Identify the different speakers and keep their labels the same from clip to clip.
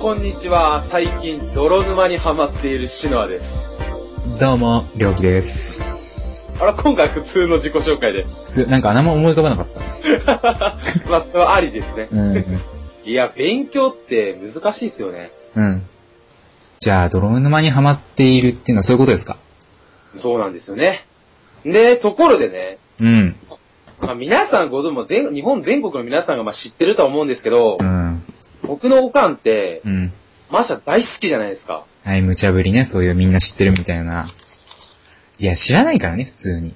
Speaker 1: こんにちは。最近、泥沼にハマっているシノアです。
Speaker 2: どうも、りょうきです。
Speaker 1: あら、今回は普通の自己紹介で。
Speaker 2: 普通、なんかあんま思い浮かばなかった。
Speaker 1: まあ、それはありですね。
Speaker 2: うん。
Speaker 1: いや、勉強って難しいですよね。
Speaker 2: うん。じゃあ、泥沼にはまっているっていうのはそういうことですか
Speaker 1: そうなんですよね。で、ところでね、
Speaker 2: うん。
Speaker 1: まあ、皆さんご存知も全、日本全国の皆さんがまあ知ってるとは思うんですけど
Speaker 2: う、ん。
Speaker 1: 僕のおかんって、
Speaker 2: うん。
Speaker 1: マーシャ大好きじゃないですか。
Speaker 2: はい、無茶ぶりね、そういうみんな知ってるみたいな。いや、知らないからね、普通 に。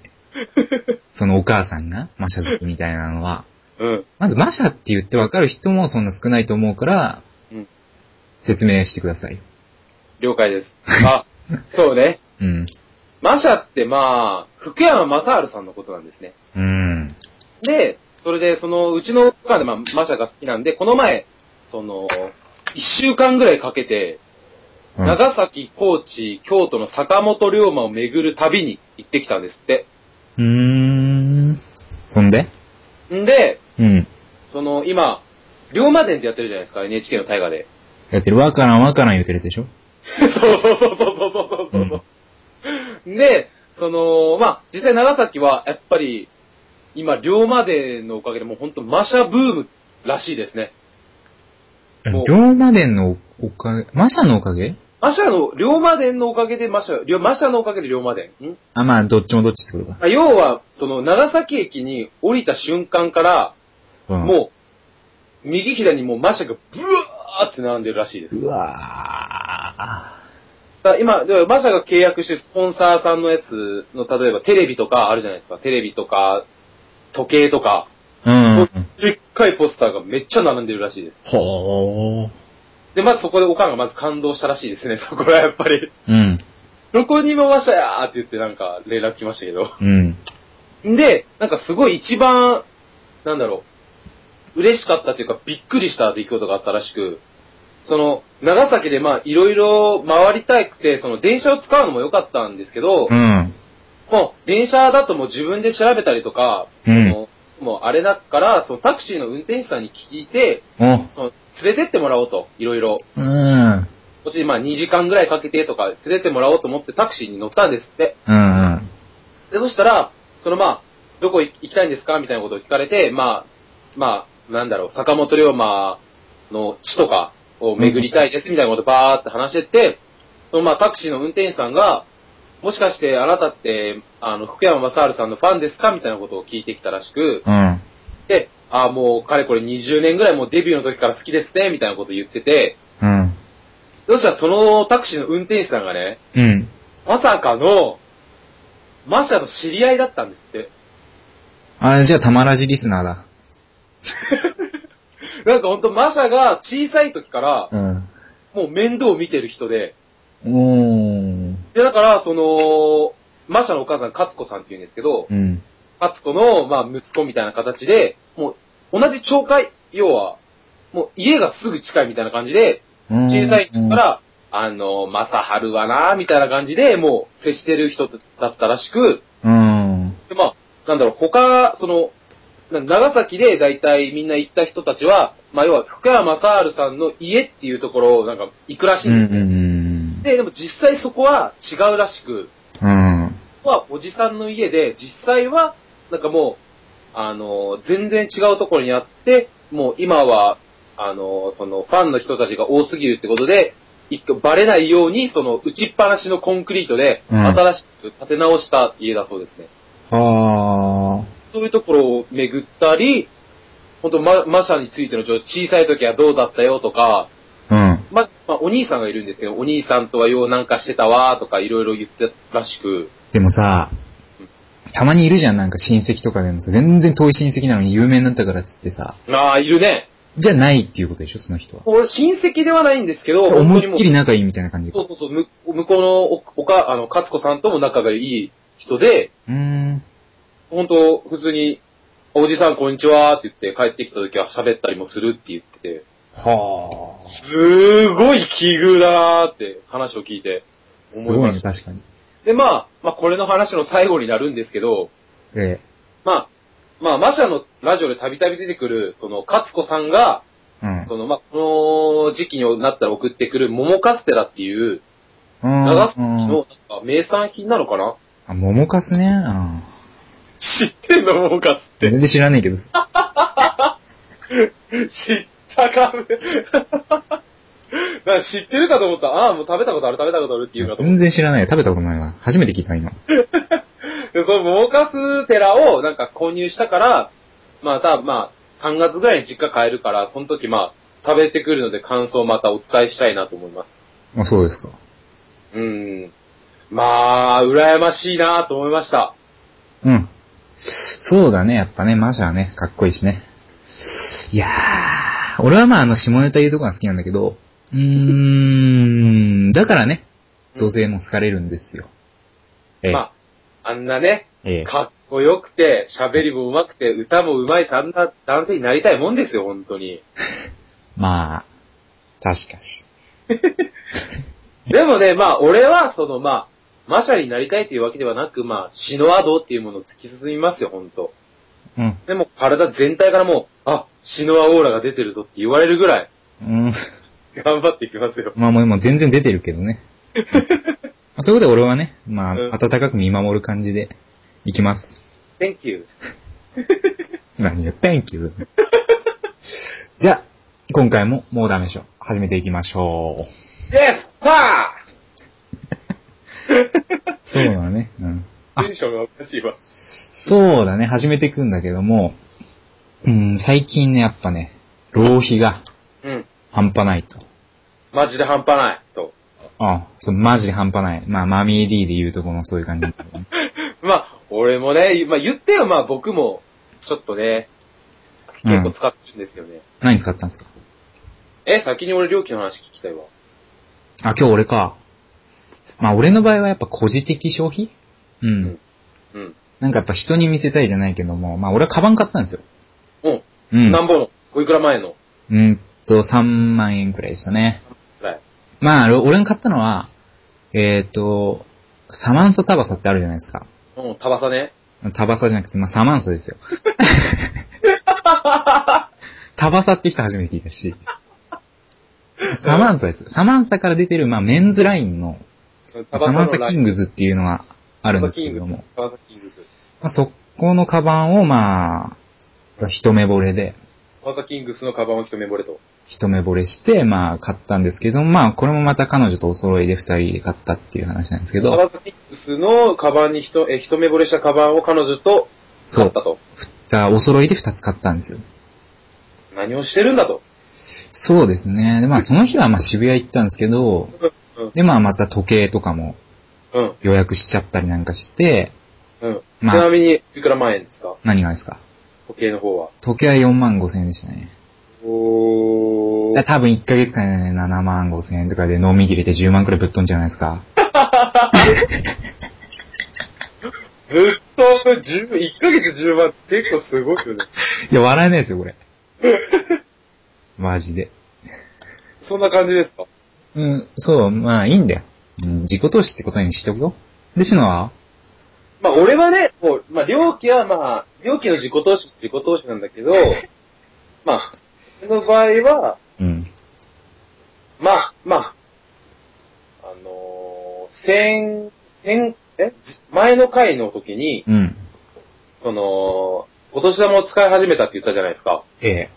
Speaker 2: そのお母さんが、マシャ好きみたいなのは。
Speaker 1: うん。
Speaker 2: まず、マシャって言ってわかる人もそんな少ないと思うから、
Speaker 1: うん
Speaker 2: 説明してください。
Speaker 1: 了解です。あ、そうね。
Speaker 2: うん。
Speaker 1: マーシャってまあ、福山雅治さんのことなんですね。
Speaker 2: うん。
Speaker 1: で、それで、その、うちのおかんで、まあ、マシャが好きなんで、この前、その、一週間ぐらいかけて、
Speaker 2: うん
Speaker 1: 長崎、高知、京都の坂本龍馬を巡る旅に行ってきたんですって。
Speaker 2: うーん。そんで
Speaker 1: んで、
Speaker 2: うん。
Speaker 1: その、今、龍馬伝ってやってるじゃないですか、NHK の大河で。
Speaker 2: やってる、わからんわからん言うてるやつでしょ
Speaker 1: そうそうそうそうそうそうそうそう、で、その、まあ、実際長崎は、やっぱり、今、龍馬伝のおかげでもう本当マシャブームらしいですね。もう
Speaker 2: 龍馬伝のおかげ、マシャのおかげ
Speaker 1: マシャの、龍馬伝のおかげでマシャ、龍マシャのおかげで龍馬伝。ん
Speaker 2: あ、まあ、どっちもどっちってことか。
Speaker 1: まあ要は、その、長崎駅に降りた瞬間から、
Speaker 2: うん、
Speaker 1: もう、右左にもうマシャがブワーって並んでるらしいです。
Speaker 2: うわ
Speaker 1: だから今、でもマシャが契約してるスポンサーさんのやつの、例えばテレビとかあるじゃないですか。テレビとか、時計とか、
Speaker 2: ぁ。うん。
Speaker 1: そうでっかいポスターがめっちゃ並んでるらしいです。
Speaker 2: ほー。
Speaker 1: で、まずそこでおかんがまず感動したらしいですね、そこはやっぱり。
Speaker 2: うん。
Speaker 1: どこにもマシャやーって言ってなんか連絡来ましたけど。
Speaker 2: うん。
Speaker 1: で、なんかすごい一番、なんだろう、嬉しかったというかびっくりした出来事があったらしく、その、長崎でまあいろいろ回りたくて、その電車を使うのも良かったんですけど、
Speaker 2: うん。
Speaker 1: もう電車だともう自分で調べたりとか、
Speaker 2: うん
Speaker 1: そのもうあれだから、そのタクシーの運転手さんに聞いて、
Speaker 2: お。
Speaker 1: その連れてってもらおうと、いろいろ。
Speaker 2: うん。
Speaker 1: こっちにまあ2時間ぐらいかけてとか、連れてもらおうと思ってタクシーに乗ったんですって。
Speaker 2: うん。うん。
Speaker 1: で、そしたら、そのまあ、どこ行きたいんですかみたいなことを聞かれて、まあ、まあ、なんだろう、坂本龍馬の地とかを巡りたいですみたいなことをバーって話してって、そのまあタクシーの運転手さんが、もしかしてあなたって、あの、福山雅治さんのファンですかみたいなことを聞いてきたらしく、
Speaker 2: うん。
Speaker 1: で、ああ、もう、かれこれ20年ぐらいもうデビューの時から好きですね、みたいなことを言ってて、
Speaker 2: うん。
Speaker 1: そしたらそのタクシーの運転手さんがね、
Speaker 2: うん。
Speaker 1: まさかの、マシャの知り合いだったんですって。
Speaker 2: あ、じゃあ、たまらじリスナーだ。
Speaker 1: なんかほんとマシャが小さい時から、
Speaker 2: うん。
Speaker 1: もう面倒を見てる人で、
Speaker 2: おー。
Speaker 1: で、だから、その、マシャのお母さん、カツコさんって言うんですけど、
Speaker 2: うん。
Speaker 1: カツコの、まあ、息子みたいな形で、もう、同じ町会、要は、もう家がすぐ近いみたいな感じで、小さい時か、ら、あの、マサハルはな、みたいな感じで、もう、接してる人だったらしく、
Speaker 2: うん。
Speaker 1: で、まあ、なんだろう、他、その、な長崎で大体みんな行った人たちは、まあ、要は福山雅治さんの家っていうところをなんか行くらしい
Speaker 2: うん
Speaker 1: で
Speaker 2: ん
Speaker 1: すね。。で、でも実際そこは違うらしく、
Speaker 2: うん。
Speaker 1: ここはおじさんの家で、実際は、なんかもう、あの、全然違うところにあって、もう今は、あの、その、ファンの人たちが多すぎるってことで、一個バレないように、その、打ちっぱなしのコンクリートで、
Speaker 2: うん
Speaker 1: 新しく建て直した家だそうですね。
Speaker 2: は
Speaker 1: そういうところを巡ったり、本当ま、マシャについての情報、小さい時はどうだったよとか、
Speaker 2: ー。うん。
Speaker 1: ま、まあ、お兄さんがいるんですけど、お兄さんとはようなんかしてたわーとか、いろいろ言ってたらしく、
Speaker 2: でもさ、たまにいるじゃん、なんか親戚とかでもさ、全然遠い親戚なのに有名になったからっつってさ、
Speaker 1: ああ、いるね。
Speaker 2: じゃないっていうことでしょ、その人は。
Speaker 1: 俺、親戚ではないんですけど、
Speaker 2: 思
Speaker 1: 本当に
Speaker 2: い
Speaker 1: も
Speaker 2: っ
Speaker 1: う
Speaker 2: き、り仲いいみたいな感じか。
Speaker 1: そううそうそう、む向こうのおおか、あの、勝子さんとも仲がいい人で、
Speaker 2: ーん。
Speaker 1: 本当普通に、おじさんこんにちはって言って帰ってきた時は喋ったりもするって言ってて、
Speaker 2: はあ。
Speaker 1: すーごい奇遇だなーって話を聞いて
Speaker 2: す
Speaker 1: 思い
Speaker 2: ごい
Speaker 1: ま
Speaker 2: ね、
Speaker 1: した。
Speaker 2: 確かに。
Speaker 1: で、まあ、まあこれの話の最後になるんですけど、
Speaker 2: え
Speaker 1: まあ、まあ、マシャのラジオでたびたび出てくる、その、勝子さんが、
Speaker 2: うん。
Speaker 1: その、まあ、この時期になったら送ってくる桃カステラっていう、
Speaker 2: うん
Speaker 1: 長崎
Speaker 2: うん
Speaker 1: のなんか名産品なのかな
Speaker 2: あ、桃かすね。うん。
Speaker 1: 知ってんの桃カスって。
Speaker 2: 全然知らねえけど。
Speaker 1: 知ったかめ。 なんか知ってるかと思った。ああ、もう食べたことある食べたことあるっていうかと思
Speaker 2: 全
Speaker 1: っ
Speaker 2: 然知らないよ。食べたことないわ。初めて聞いた、今。
Speaker 1: た。で、その桃カステラをなんか購入したから、また、まあ、3月ぐらいに実家帰るから、その時まあ、食べてくるので感想をまたお伝えしたいなと思います。
Speaker 2: あ、そうですか。
Speaker 1: うん。まあ、羨ましいなと思いました。
Speaker 2: うん。そうだね、やっぱね、マシャはね、かっこいいしね。いやー、俺はまああの、下ネタ言うとこが好きなんだけど、うーん、だからね、同性も好かれるんですよ。ええ、
Speaker 1: まあ、あんなね、
Speaker 2: ええ、
Speaker 1: かっこよくて、喋りも上手くて、歌も上手いし、あんな男性になりたいもんですよ、本当に。
Speaker 2: まあ、確かし。
Speaker 1: でもね、まあ、俺は、その、まあ、マシャになりたいというわけではなく、まあ、シノア道っていうものを突き進みますよ、本当
Speaker 2: うん、
Speaker 1: でも、体全体からもう、あ、シノアオーラが出てるぞって言われるぐらい、
Speaker 2: うん、
Speaker 1: 頑張っていきますよ。
Speaker 2: まあもう今全然出てるけど ね。うんそういうことで俺はね、まあ、
Speaker 1: うん
Speaker 2: 温かく見守る感じで、いきます。
Speaker 1: Thank you.
Speaker 2: 何が Thank you. じゃあ、今回ももうダメでしょ。始めていきましょう。
Speaker 1: Yes, sir!
Speaker 2: そうだね。うん。あ
Speaker 1: テンションがおかしいわ。
Speaker 2: そうだね。始めていくんだけども、うん、最近ね、やっぱね、浪費が
Speaker 1: うん。
Speaker 2: 半端ないと。
Speaker 1: マジで半端ない。と。
Speaker 2: あそう、マジで半端ない。まあ、マミー D で言うとこのそういう 感じ、ね。
Speaker 1: まあ、俺もね、まあ言ってよ、まあ僕も、ちょっとね、結構使ってるんですよね。
Speaker 2: 何使ったんですか
Speaker 1: え、先に俺料金の話聞きたいわ。
Speaker 2: あ、今日俺か。まあ、俺の場合はやっぱ個人的消費うん。
Speaker 1: うん。
Speaker 2: なんかやっぱ人に見せたいじゃないけども、まあ、俺はカバン買ったんですよ。
Speaker 1: うん。
Speaker 2: うん。
Speaker 1: なんぼのおいくら前の
Speaker 2: うんと、3万円くらいでしたね。
Speaker 1: くらい。
Speaker 2: まあ、俺が買ったのは、えっ、と、サマンサタバサってあるじゃないですか。
Speaker 1: うん、タバサね。
Speaker 2: タバサじゃなくて、まあ、サマンサ ですよ。タバサって人初めて聞いたし。サマンサです。サマンサから出てる、まあ、メンズラインの、
Speaker 1: タ
Speaker 2: サマンサキン
Speaker 1: グ。
Speaker 2: グズっていうのがあるんですけども、ま
Speaker 1: タバサキングス。
Speaker 2: あ、そこのカバンを、まあ、一目惚れで、
Speaker 1: タバサキングスのカバンを一目惚れと。
Speaker 2: 一目惚れして、まあ、買ったんですけど、まあ、これもまた彼女とお揃いで二人で買ったっていう話なんですけ
Speaker 1: タ
Speaker 2: ど、
Speaker 1: バサキングスのカバンに一え一目惚れしたカバンを彼女と
Speaker 2: そ
Speaker 1: 買っ
Speaker 2: う。
Speaker 1: たと。
Speaker 2: じゃあ、お揃いで二つ買ったんですよ。
Speaker 1: 何をしてるんだと。
Speaker 2: そうですね。で、まあその日はまあ渋谷行ったんですけど
Speaker 1: うん、
Speaker 2: で、まあまた時計とかも
Speaker 1: うん、
Speaker 2: 予約しちゃったりなんかして、
Speaker 1: うん。
Speaker 2: まあ
Speaker 1: ちなみに、いくら万円ですか
Speaker 2: 何がですか
Speaker 1: 時計の方は。
Speaker 2: 時計は4万5千円でしたね。
Speaker 1: お
Speaker 2: だ
Speaker 1: ー。
Speaker 2: 多分1ヶ月間で7万5千円とかで飲み切れて10万くらいぶっ飛んじゃないですか。
Speaker 1: ぶっ飛ぶ10、1ヶ月10万って結構すごいよね。
Speaker 2: いや、笑えないで すよ、これ。マジで。
Speaker 1: そんな感じですか
Speaker 2: うん、そう、まあいいんだよ。うん、自己投資ってことにしとくよ。で、しのは
Speaker 1: まあ、俺はね、もう、まあ、料金はまあ、料金の自己投資、自己投資なんだけ ど、まあ、俺の場合は、
Speaker 2: うん。
Speaker 1: まあ、まあ、あのー、千、千、えじ前の回の時に、
Speaker 2: うん。
Speaker 1: その、お年玉を使い始めたって言ったじゃないですか。
Speaker 2: え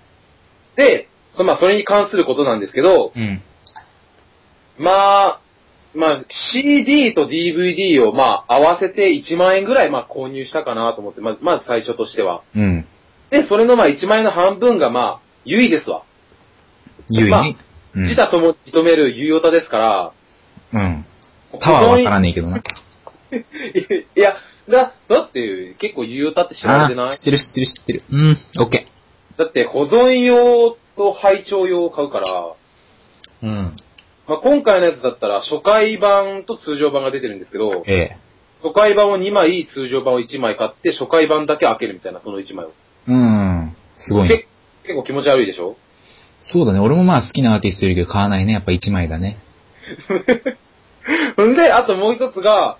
Speaker 2: え。
Speaker 1: で、そまあ、それに関することなんですけど、
Speaker 2: うん。
Speaker 1: まあ、まあ、CD と DVD をまあ、合わせて1万円ぐらいまあ、購入したかなと思って、まず、まず最初としては。
Speaker 2: うん。
Speaker 1: で、それのまあ1万円の半分がまあ、優位ですわ。
Speaker 2: ゆい
Speaker 1: まあ
Speaker 2: に。うん
Speaker 1: 自他とも認める優用たですから、
Speaker 2: うん。タワーはわからねえけどな。
Speaker 1: いや、だ、だって結構優用たって知ら
Speaker 2: あ
Speaker 1: れてない
Speaker 2: 知ってる知ってる知ってる。うん、オッケ
Speaker 1: だって保存用と拝聴用を買うから、
Speaker 2: ー。うん。
Speaker 1: まあ今回のやつだったら初回版と通常版が出てるんですけど、
Speaker 2: ええ。
Speaker 1: 初回版を2枚、通常版を1枚買って、初回版だけ開けるみたいな、その1枚を。
Speaker 2: うん。すごいね。
Speaker 1: け結構気持ち悪いでしょ
Speaker 2: そうだね。俺もまあ好きなアーティストいるけど買わないね。やっぱ一枚だね。
Speaker 1: んで、あともう一つが、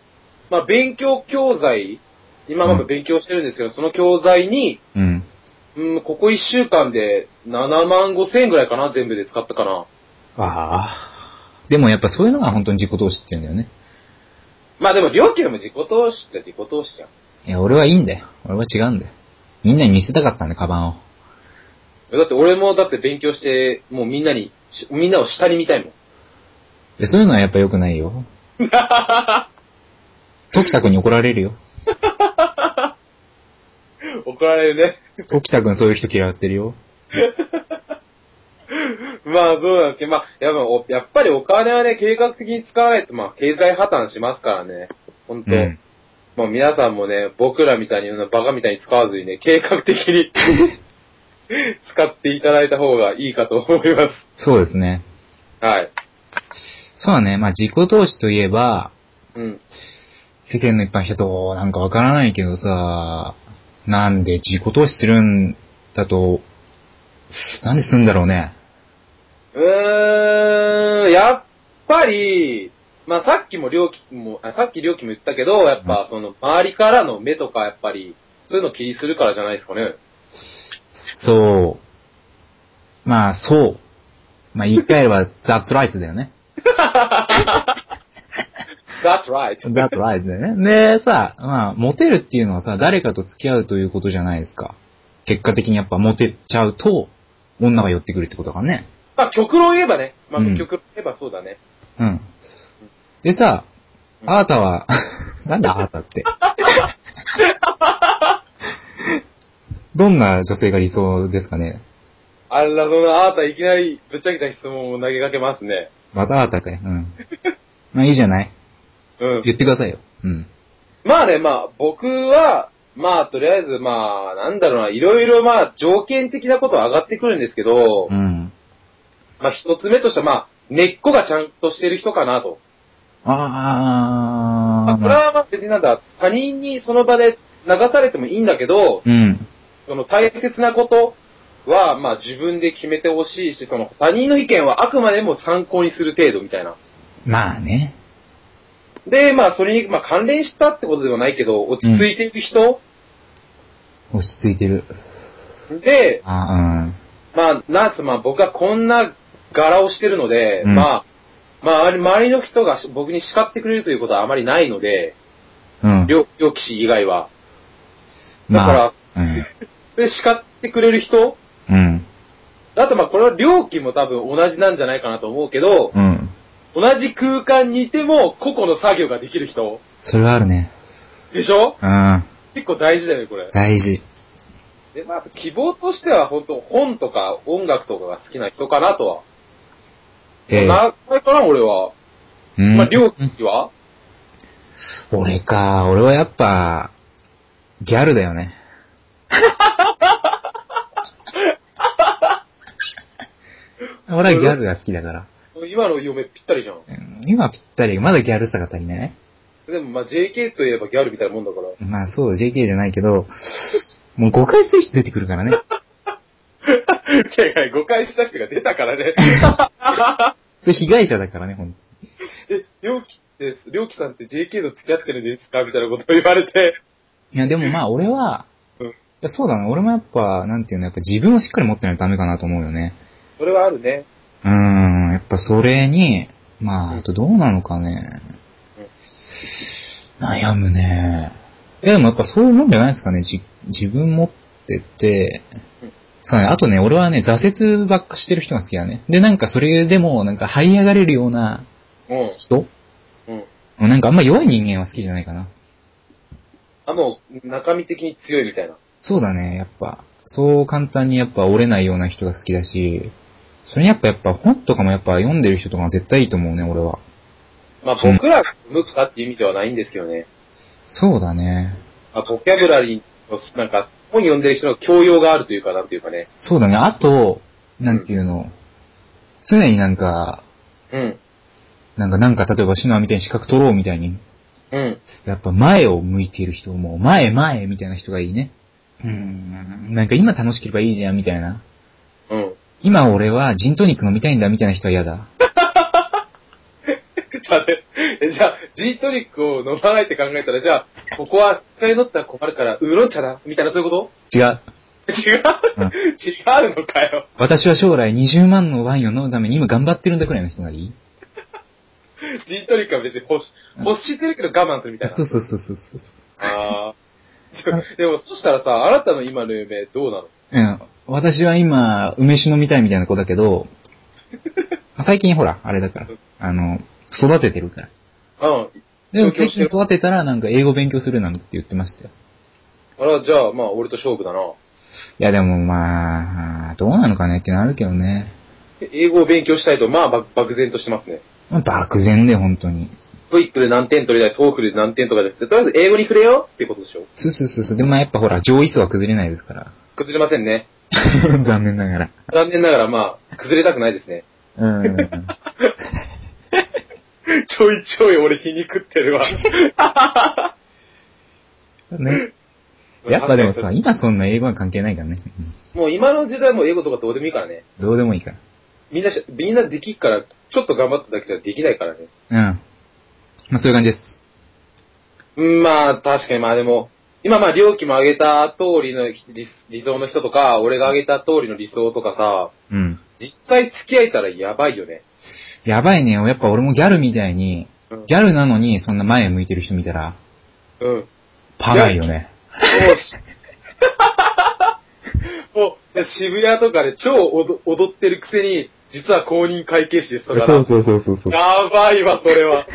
Speaker 1: まあ勉強教材、今まだ勉強してるんですけど、その教材に、
Speaker 2: うん。
Speaker 1: うん、ここ1週間で7万5千円ぐらいかな、全部で使ったかな。
Speaker 2: ああ。でもやっぱそういうのが本当に自己投資っていうんだよね。
Speaker 1: まあでも料金も自己投資って自己投資じゃん。
Speaker 2: いや、俺はいいんだよ。俺は違うんだよ。みんなに見せたかったんだよ、カバンを。
Speaker 1: だって俺もだって勉強して、もうみんなに、しみんなを下に見たいもん。
Speaker 2: でそういうのはやっぱ良くない よ。時田くんに怒られ るよ。
Speaker 1: 怒られるね。
Speaker 2: 時田くんそういう人嫌ってるよ。
Speaker 1: まあそうなんですけど、まあやっぱおやっぱりお金はね、計画的に使わないと、まあ経済破綻しますからね。本当、
Speaker 2: うん。
Speaker 1: もう皆さんもね、僕らみたいに、バカみたいに使わずにね、計画的に 使っていただいた方がいいかと思います。
Speaker 2: そうですね。
Speaker 1: はい。
Speaker 2: そうだね。まあ自己投資といえば、
Speaker 1: うん。
Speaker 2: 世間の一般の人なんかわからないけどさ、なんで自己投資するんだと、なんでするんだろうね。
Speaker 1: うーん、やっぱり、まあさっきも料金も、あさっき料金も言ったけど、やっぱその周りからの目とかやっぱり、そういうの気にするからじゃないですかね。
Speaker 2: そう。まあ、そう。まあ、言い換えれば、that's right だよね。
Speaker 1: That's right.
Speaker 2: that's right だよね。で、 さ、まあ、モテるっていうのはさ、誰かと付き合うということじゃないですか。結果的にやっぱモテちゃうと、女が寄ってくるってことだからね。
Speaker 1: まあ極論言えばね。まあ
Speaker 2: うん
Speaker 1: 極論言えばそうだね。
Speaker 2: うん。でさ、
Speaker 1: うん
Speaker 2: あーたは、 なんだあーたって。 どんな女性が理想ですかね
Speaker 1: あら、そのあなたいきなりぶっちゃけた質問を投げかけますね。
Speaker 2: またあーたかい。うん。まあいいじゃない
Speaker 1: うん。
Speaker 2: 言ってくださいよ。うん。
Speaker 1: まあね、まあ僕は、まあとりあえずまあなんだろうな、いろいろまあ条件的なことは上がってくるんですけど、
Speaker 2: うん。
Speaker 1: まあ一つ目としてはまあ根っこがちゃんとしてる人かなと。
Speaker 2: あ
Speaker 1: ま
Speaker 2: ー。
Speaker 1: あ、これはまあ別になんだ、他人にその場で流されてもいいんだけど、
Speaker 2: うん。
Speaker 1: その大切なことは、まあ自分で決めてほしいし、その他人の意見はあくまでも参考にする程度みたいな。
Speaker 2: まあね。
Speaker 1: で、まあそれに、まあ関連したってことではないけど、落ち着いていく人、
Speaker 2: 落ち着いてる。
Speaker 1: で、
Speaker 2: あ
Speaker 1: まあ、なんつまあ僕はこんな柄をしてるので、
Speaker 2: うん
Speaker 1: まあ、まあ、あれ周りの人が僕に叱ってくれるということはあまりないので、
Speaker 2: うん。うん。
Speaker 1: 両、両騎士以外は。だから、
Speaker 2: まあ、
Speaker 1: で、叱ってくれる人
Speaker 2: うん。うん。
Speaker 1: あとまあこれは料金も多分同じなんじゃないかなと思うけど、
Speaker 2: うん。
Speaker 1: 同じ空間にいても個々の作業ができる人
Speaker 2: それはあるね。
Speaker 1: でしょ
Speaker 2: うん。
Speaker 1: 結構大事だよね、これ。
Speaker 2: 大事。
Speaker 1: で、まあ、あと希望としては本当本とか音楽とかが好きな人かなとは。
Speaker 2: ええ
Speaker 1: な、んかかな、俺は。
Speaker 2: うん
Speaker 1: まあ、料金は
Speaker 2: 俺か。俺はやっぱ、ギャルだよね。 俺はギャルが好きだから。
Speaker 1: 今の嫁ぴったりじゃん。
Speaker 2: うん今ぴったり。まだギャルさが足りない
Speaker 1: でもまあ JK といえばギャルみたいなもんだから。
Speaker 2: まあそう、JK じゃないけど、もう誤解する人出てくるからね。
Speaker 1: いやいや、誤解した人が出たからね。
Speaker 2: それ被害者だからね、ほんと
Speaker 1: え、りょうきです。りょうきさんって JK と付き合ってるんですかみたいなことを言われて。
Speaker 2: いや、でもまあ俺は、
Speaker 1: うん
Speaker 2: いやそうだな、俺もやっぱ、なんていうの、やっぱ自分をしっかり持ってないとダメかなと思うよね。
Speaker 1: それはあるね。
Speaker 2: うーん、やっぱそれに、ま
Speaker 1: う
Speaker 2: あ、
Speaker 1: ん
Speaker 2: あとどうなのかね。悩むね。え、でもやっぱそういうもんじゃないですかね、じ、自分持ってて
Speaker 1: うん、
Speaker 2: そうね、あとね、俺はね、挫折ばっかしてる人が好きだね。で、なんかそれでも、なんか這い上がれるような
Speaker 1: うん。
Speaker 2: 人
Speaker 1: うん。
Speaker 2: なんかあんま弱い人間は好きじゃないかな。
Speaker 1: あ、もう、中身的に強いみたいな。
Speaker 2: そうだね、やっぱ。そう簡単にやっぱ折れないような人が好きだし、それにやっぱやっぱ本とかもやっぱ読んでる人とかは絶対いいと思うね、俺は。
Speaker 1: まあ僕らが向くかっていう意味ではないんですけどね。
Speaker 2: そうだね。
Speaker 1: まあボキャブラリーの、なんか、本読んでる人の教養があるというか、なんていうかね。
Speaker 2: そうだね。あと、なんていうの、常になんか、
Speaker 1: うん。
Speaker 2: なんかなんか例えばシノアみたいに資格取ろうみたいに、
Speaker 1: うん。
Speaker 2: やっぱ前を向いている人、もう前前みたいな人がいいね。うん。なんか今楽しければいいじゃんみたいな。
Speaker 1: うん。
Speaker 2: 今俺はジントニック飲みたいんだみたいな人は嫌だ。
Speaker 1: じゃあね、えじゃあ、G トリックを飲まないって考えたら、じゃあ、ここは、一回乗ったら困るから、ウーロン茶だみたいな、そういうこ
Speaker 2: 違
Speaker 1: と
Speaker 2: う。
Speaker 1: 違う、
Speaker 2: うん
Speaker 1: 違うのかよ。
Speaker 2: 私は将来20万のワインを飲むために今頑張ってるんだくらいの人なり
Speaker 1: ジートリックは別に欲し、欲してるけど我慢するみたいな。
Speaker 2: そうそうそうそうそう。
Speaker 1: あーちょでも、そしたらさ、あなたの今の夢どうなの
Speaker 2: うん。私は今、梅酒飲みたいみたいな子だけ ど、最近ほら、あれだから、あの、育ててるから。
Speaker 1: うん。
Speaker 2: でも
Speaker 1: 上
Speaker 2: 最
Speaker 1: 京して
Speaker 2: 近
Speaker 1: る
Speaker 2: 育てたらなんか英語勉強するなんて言ってましたよ。
Speaker 1: あら、じゃあ、まあ、俺と勝負だな。
Speaker 2: いやでもまあ、どうなのかねってなるけどね。
Speaker 1: 英語を勉強したいと、まあ、ば漠然としてますね。
Speaker 2: まあ、漠然で本当に。
Speaker 1: トイックで何点取りたい、トーフルで何点とかじゃなくて、とりあえず英語に触れようっていうことでしょ。
Speaker 2: そうそうそうそう。でもまあやっぱほら、上位層は崩れないですから。
Speaker 1: 崩れませんね。
Speaker 2: 残念ながら。
Speaker 1: 残念ながら、まあ、崩れたくないですね。
Speaker 2: うん。
Speaker 1: ちょいちょい俺皮肉ってるわ。
Speaker 2: ね。 やっぱでもさ、今そんな英語は関係ないからね。うん
Speaker 1: もう今の時代も英語とかどうでもいいからね。
Speaker 2: どうでもいいか
Speaker 1: みんなし、みんなできっから、ちょっと頑張っただけじゃできないからね。
Speaker 2: ら。うん。まあそういう感じです。
Speaker 1: うんまあ、確かにまあでも、今まあ、料金も上げた通りの理理想の人とか、俺が上げた通りの理想とかさ、
Speaker 2: うん。
Speaker 1: 実際付き合えたらやばいよね。
Speaker 2: やばいね。やっぱ俺もギャルみたいに、
Speaker 1: うん
Speaker 2: ギャルなのにそんな前向いてる人見たら、
Speaker 1: うん。
Speaker 2: パないよね。
Speaker 1: もう し、もう、渋谷とかで超踊踊ってるくせに、実は公認会計士ですとかな
Speaker 2: そうそうそうそうそう。
Speaker 1: やばいわ、それ は。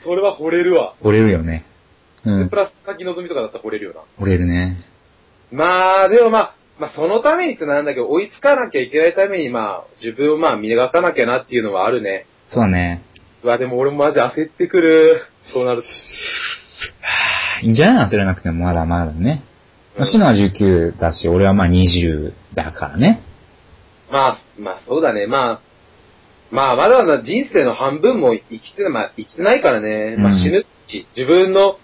Speaker 1: それは惚れるわ。
Speaker 2: 折れるよね。う
Speaker 1: で
Speaker 2: ん
Speaker 1: プ。ラス先望みとかだったら惚れるよな。
Speaker 2: 折れるね。
Speaker 1: まあ、でもまあ、まあそのためにってなんだけど、追いつかなきゃいけないためにまあ、自分をまあ磨かなきゃなっていうのはあるね。
Speaker 2: そうだね。
Speaker 1: うわ、でも俺もマジ焦ってくる。そうなると。
Speaker 2: いいんじゃない焦らなくてもまだまだね。まあシノは19だし、俺はまあ20だからね。
Speaker 1: まあ、まあそうだね。まあ、まあまだまだ人生の半分も生きて、まあ生きてないからね。ま
Speaker 2: う
Speaker 1: あ
Speaker 2: ん
Speaker 1: 死ぬ時、自分の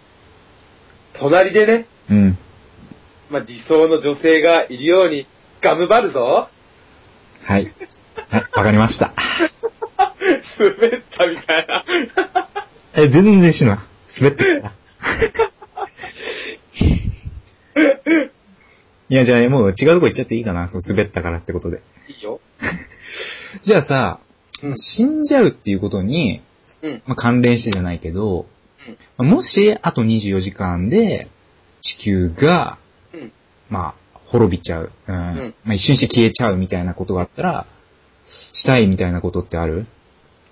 Speaker 1: 隣でね、
Speaker 2: うん。
Speaker 1: まあ理想の女性がいるように頑張るぞ。
Speaker 2: はい。はい、わかりました。
Speaker 1: 滑ったみたいな。
Speaker 2: え、全然シノは滑ってた。 いや、じゃあもう違うとこ行っちゃっていいかな、その滑ったからってことで。
Speaker 1: いいよ。
Speaker 2: じゃあさ、
Speaker 1: うん
Speaker 2: 死んじゃうっていうことに、
Speaker 1: うん
Speaker 2: まあ、関連してじゃないけど、
Speaker 1: うん
Speaker 2: まあもし、あと24時間で、地球が、
Speaker 1: うん
Speaker 2: まあ、滅びちゃう、うん
Speaker 1: ん
Speaker 2: まあ、一瞬して消えちゃうみたいなことがあったら、したいみたいなことってある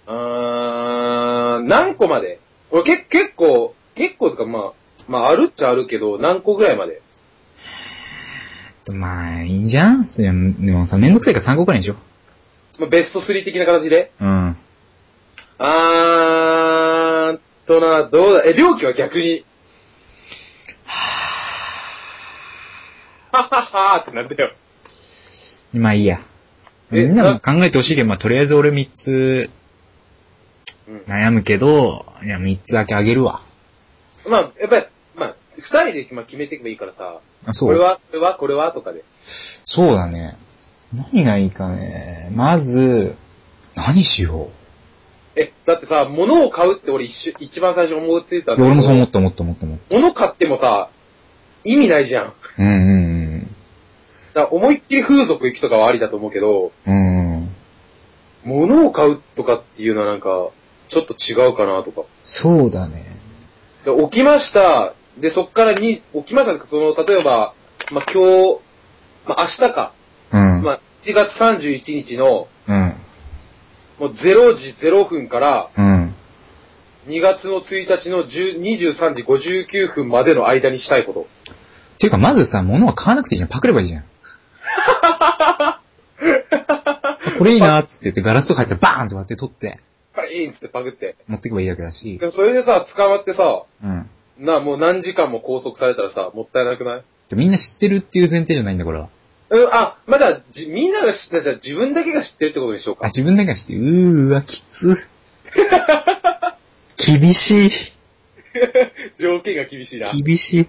Speaker 1: あー、何個まで俺け結構、結構とかまあ、まああるっちゃあるけど、何個ぐらいまで
Speaker 2: まあ、いいんじゃんそれでもさ、めんどくさいから3個くらいにしよ
Speaker 1: まあベスト3的な形で
Speaker 2: う。うん。
Speaker 1: あーっとな、どうだ、え、料金は逆に。はははーってなんだよ。
Speaker 2: まあいいや。み
Speaker 1: え
Speaker 2: んなも
Speaker 1: な
Speaker 2: 考えてほしいけど、まあとりあえず俺3つ
Speaker 1: うん
Speaker 2: 悩むけど、いや、3つだけあげるわ。
Speaker 1: まあ、やっぱり、まあ、二人でまあ決めていけばいいからさ、
Speaker 2: あ、そう。
Speaker 1: これは、これは、これは、とかで。
Speaker 2: そうだね。何がいいかね。まず、何しよ
Speaker 1: え、だってさ、物を買うって俺一瞬一番最初思いついたんだ
Speaker 2: う。いや
Speaker 1: けど
Speaker 2: 俺もそう思った思った思った思っ
Speaker 1: 物買ってもさ、意味ないじゃん。
Speaker 2: た。うんうん
Speaker 1: だから思いっきり風俗行きとかはありだと思うけど、
Speaker 2: うん。うんうん。
Speaker 1: 物を買うとかっていうのはなんか、ちょっと違うかなとか。
Speaker 2: そうだね。
Speaker 1: で起きました。で、そっからに、起きましたってその、例えば、まあ、今日、まあ、明日か。
Speaker 2: うん。
Speaker 1: まあ、1月31日の、
Speaker 2: うん。
Speaker 1: もう0時0分から、
Speaker 2: うん。
Speaker 1: 2月の1日の10 23時59分までの間にしたいこと。
Speaker 2: ていうか、まずさ、物は買わなくていいじゃん。パクればい いじゃん。これいいなーっつって言って、ガラスとか入ったらバーンと割って取って、
Speaker 1: パリーンっつってパグって。
Speaker 2: 持ってけばいいだけだし。
Speaker 1: でそれでさ、捕まってさ、
Speaker 2: うん。
Speaker 1: な、もう何時間も拘束されたらさ、もったいなくない
Speaker 2: でみんな知ってるっていう前提じゃないんだ、これは。
Speaker 1: うん、あ、まだ、じ、みんなが知って、じゃあ自分だけが知ってるってことにしよう
Speaker 2: あ、
Speaker 1: か。
Speaker 2: 自分だけが知ってる、うーわ、きつ。 厳しい。
Speaker 1: 条件が厳しいな。人
Speaker 2: 厳しい。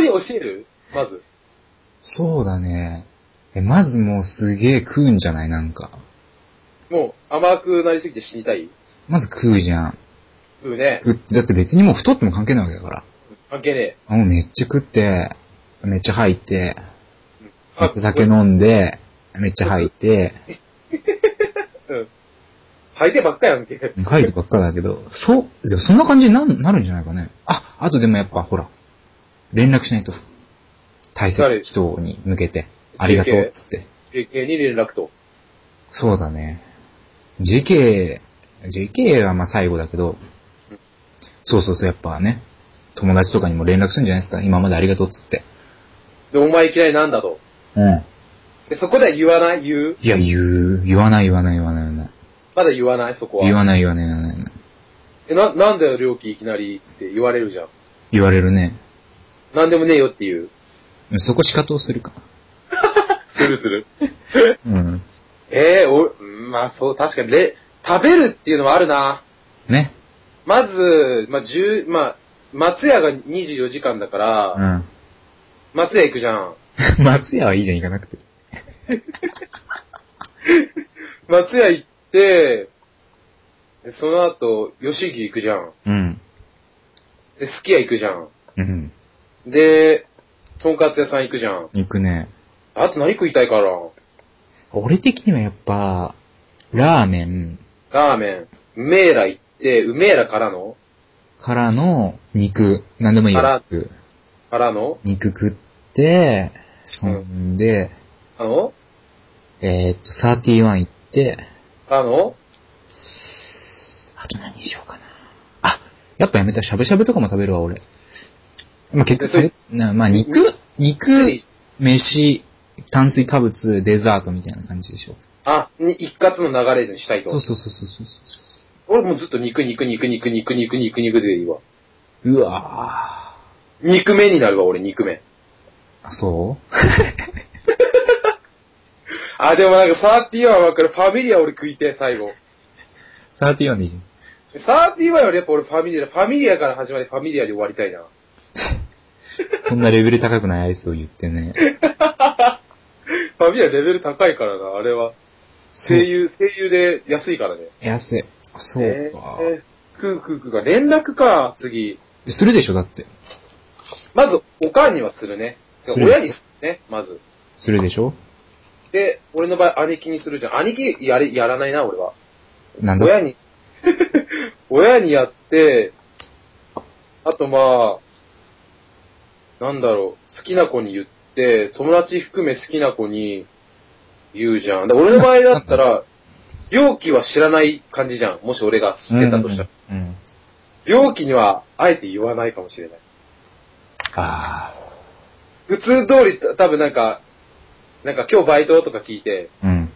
Speaker 1: に教えるまず。
Speaker 2: そうだね。え、まずもうすげえ食うんじゃないなんか。
Speaker 1: もう、甘くなりすぎて死にたい
Speaker 2: まず食うじゃん。
Speaker 1: うね。
Speaker 2: 食っだって別にもう太っても関係ないわけだから。
Speaker 1: 関係ね
Speaker 2: あもうめっちゃ食って、めっちゃ吐いて、めっちゃ酒
Speaker 1: けの
Speaker 2: 飲んで、めっちゃ吐いて、
Speaker 1: うん。吐いてばっかやんけ。
Speaker 2: 書いてばっかだけど、そう、じゃあそんな感じになんなるんじゃないかね。あ、あとでもやっぱほら、連絡しないと。大切な人に向けて、ありがとうっつって。
Speaker 1: JK に連絡と。
Speaker 2: そうだね。JK、JK はまあ最後だけど、そうそうそう、やっぱね、友達とかにも連絡するんじゃないですか。今までありがとうっつって。
Speaker 1: で、お前嫌いなんだと。
Speaker 2: うん。
Speaker 1: で、そこでは言わない言う
Speaker 2: いや、言う、言わない言わない言わない言わない。
Speaker 1: まだ言わないそこは。
Speaker 2: 言わない言わない言わない言わない。
Speaker 1: え、な、なんだよ、料金いきなりって言われるじゃん。
Speaker 2: 言われるね。
Speaker 1: なんでもねえよっていう。
Speaker 2: そこ仕方をするか。
Speaker 1: するする。
Speaker 2: うん。
Speaker 1: ええお、うんまあそう、確かに、れ、食べるっていうのはあるな。
Speaker 2: ね。
Speaker 1: まず、まあ、十、まあ、松屋が24時間だから、
Speaker 2: うん。
Speaker 1: 松屋行くじゃん。
Speaker 2: 松屋はいいじゃん、行かなくて。
Speaker 1: 松屋行って、でその後、吉木行くじゃん。
Speaker 2: うん。
Speaker 1: で、すき家行くじゃん。
Speaker 2: うん。
Speaker 1: で、とんかつ屋さん行くじゃん。
Speaker 2: 行くね。
Speaker 1: あと何食いたいかな
Speaker 2: 俺的にはやっぱ、ラーメン
Speaker 1: ラーメン、うめえら行って、うめえらからの
Speaker 2: からの肉、なんでもいいよ。
Speaker 1: から
Speaker 2: 肉
Speaker 1: からの
Speaker 2: 肉食って、そんで、
Speaker 1: あの
Speaker 2: えー、っと、31行って、
Speaker 1: あの
Speaker 2: あと何しようかな。あ、やっぱやめた。しゃぶしゃぶとかも食べるわ、俺。まあ、結
Speaker 1: えそれ
Speaker 2: 局、なまあ、肉、肉、飯、炭水化物、デザートみたいな感じでしょ。
Speaker 1: あ、に一括の流れにしたい
Speaker 2: そう
Speaker 1: と。
Speaker 2: そうそうそうそうそう。
Speaker 1: 俺もうずっと肉肉肉肉肉肉肉肉でいいわ。
Speaker 2: うわ
Speaker 1: 肉麺になるわ、俺、肉麺。
Speaker 2: ぁ。あそう
Speaker 1: あ、でもなんか31は分かる。ファミリア俺食いてえ、最後。
Speaker 2: ?31 でいい
Speaker 1: 31はやっぱ俺ファミリア、ファミリアから始まり、ファミリアで終わりたいな。
Speaker 2: そんなレベル高くないアイスを言ってね。
Speaker 1: ファミリアレベル高いからな、あれは。
Speaker 2: そう
Speaker 1: 声。優、声優で安いからね。
Speaker 2: 安い。あそうか。
Speaker 1: えー食う食う食うか。連絡か、次。
Speaker 2: するでしょだって。
Speaker 1: まず、おかんにはするね。
Speaker 2: する
Speaker 1: 親にするね、まず。
Speaker 2: するでしょ
Speaker 1: で、俺の場合、兄貴にするじゃん。兄貴、やれ、やらないな、俺は。
Speaker 2: なん だ
Speaker 1: 親に、親にやって、あとまあ、なんだろう、好きな子に言って、友達含め好きな子に言うじゃん。で俺の場合だった ら、容器は知らない感じじゃん。もし俺が知ってたとしたら。
Speaker 2: うんうんうん。うん
Speaker 1: 容器には、あえて言わないかもしれない。
Speaker 2: あ
Speaker 1: 普通通り、た多分なんか、なんか今日バイトとか聞いて、
Speaker 2: あ。うん。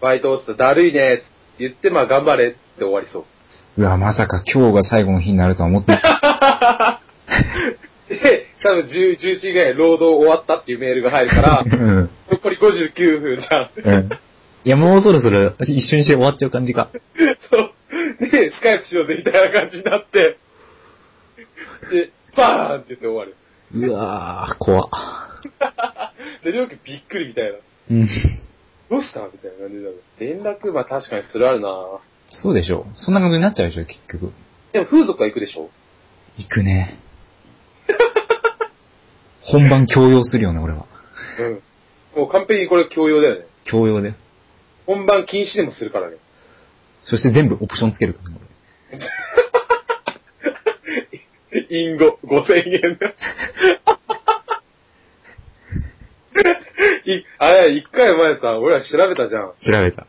Speaker 1: バイトって言ったらだるいねって言って、まあ頑張れって言って終わりそう。
Speaker 2: うわ、まさか今日が最後の日になるとは 思ってなかっ
Speaker 1: で、多分10 11時ぐらいに労働終わったっていうメールが入る から、
Speaker 2: た。うん。
Speaker 1: 残り59分じゃん。
Speaker 2: うん。いや、もうそろそろ一緒にして終わっちゃう感じか。
Speaker 1: そう。で、スカイプしようぜみたいな感じになって、で、バーンって言って終わる。
Speaker 2: うわぁ、怖っ。
Speaker 1: で、料金びっくりみたいな。
Speaker 2: うん。
Speaker 1: どうしたみたいな感じになる。連絡、まあ確かにそれあるな
Speaker 2: そうでしょそんな感じになっちゃうでしょ結局。
Speaker 1: でも風俗は行くでしょ
Speaker 2: 行 くね。本番強要するよね、俺は。
Speaker 1: うん。もう完璧にこれ強要だよね。
Speaker 2: 強要で。
Speaker 1: 本番禁止でもするからね。
Speaker 2: そして全部オプションつけるからね、俺。
Speaker 1: インゴ、5000円 だ。い、あれ、一回前さ、俺ら調べたじゃん。
Speaker 2: 調べた。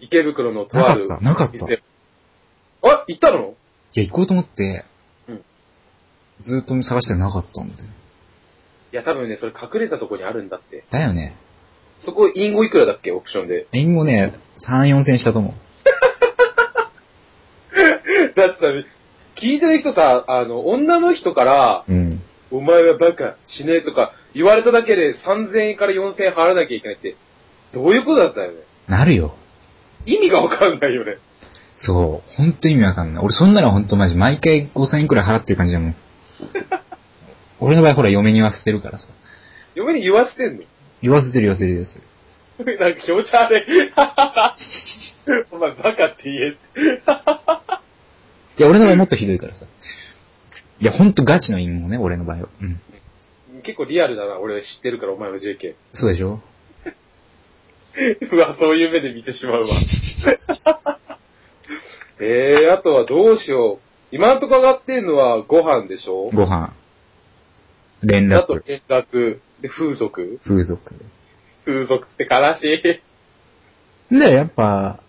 Speaker 1: 池袋の
Speaker 2: な
Speaker 1: とあ
Speaker 2: か
Speaker 1: る
Speaker 2: った、なかった。い
Speaker 1: 店。あ、行ったの
Speaker 2: や、行こうと思って、
Speaker 1: うん
Speaker 2: ずーっと探してなかったんだよ。
Speaker 1: いや、多分ね、それ隠れたとこにあるんだって。
Speaker 2: だよね。
Speaker 1: そこ、インゴいくらだっけオプションで。
Speaker 2: リンゴね、3、4千したと思う。
Speaker 1: だってさ、聞いてる人さ、あの、女の人から、
Speaker 2: うん。
Speaker 1: お前はバカ、しねえとか、言われただけで3000円から4000円払わなきゃいけないって、どういうことだったよね。
Speaker 2: なるよ。
Speaker 1: 意味がわかんないよね。
Speaker 2: そう。ほんと意味わかんない。俺そんなのほんとマジ、毎回5千円くらい払ってる感じだ もん。俺の場合ほら嫁に言わせてるからさ。
Speaker 1: 嫁に言わせてんの
Speaker 2: 言わせてる言わせてるです。
Speaker 1: なんか気持ち悪い。 お前バカって言えって。
Speaker 2: いや、俺の場合もっとひどいからさ。いや、ほんとガチの陰謀ね、俺の場合は。うん。
Speaker 1: 結構リアルだな、俺知ってるから、お前の JK。
Speaker 2: そうでしょ
Speaker 1: うわ、そういう目で見てしまうわ。 えー、あとはどうしよう。今んとこ上がってんのはご飯でしょ
Speaker 2: ご飯。連
Speaker 1: あと
Speaker 2: 絡。
Speaker 1: 連絡。で、風俗。
Speaker 2: 風俗。
Speaker 1: 風俗って悲しい。
Speaker 2: で、やっぱ、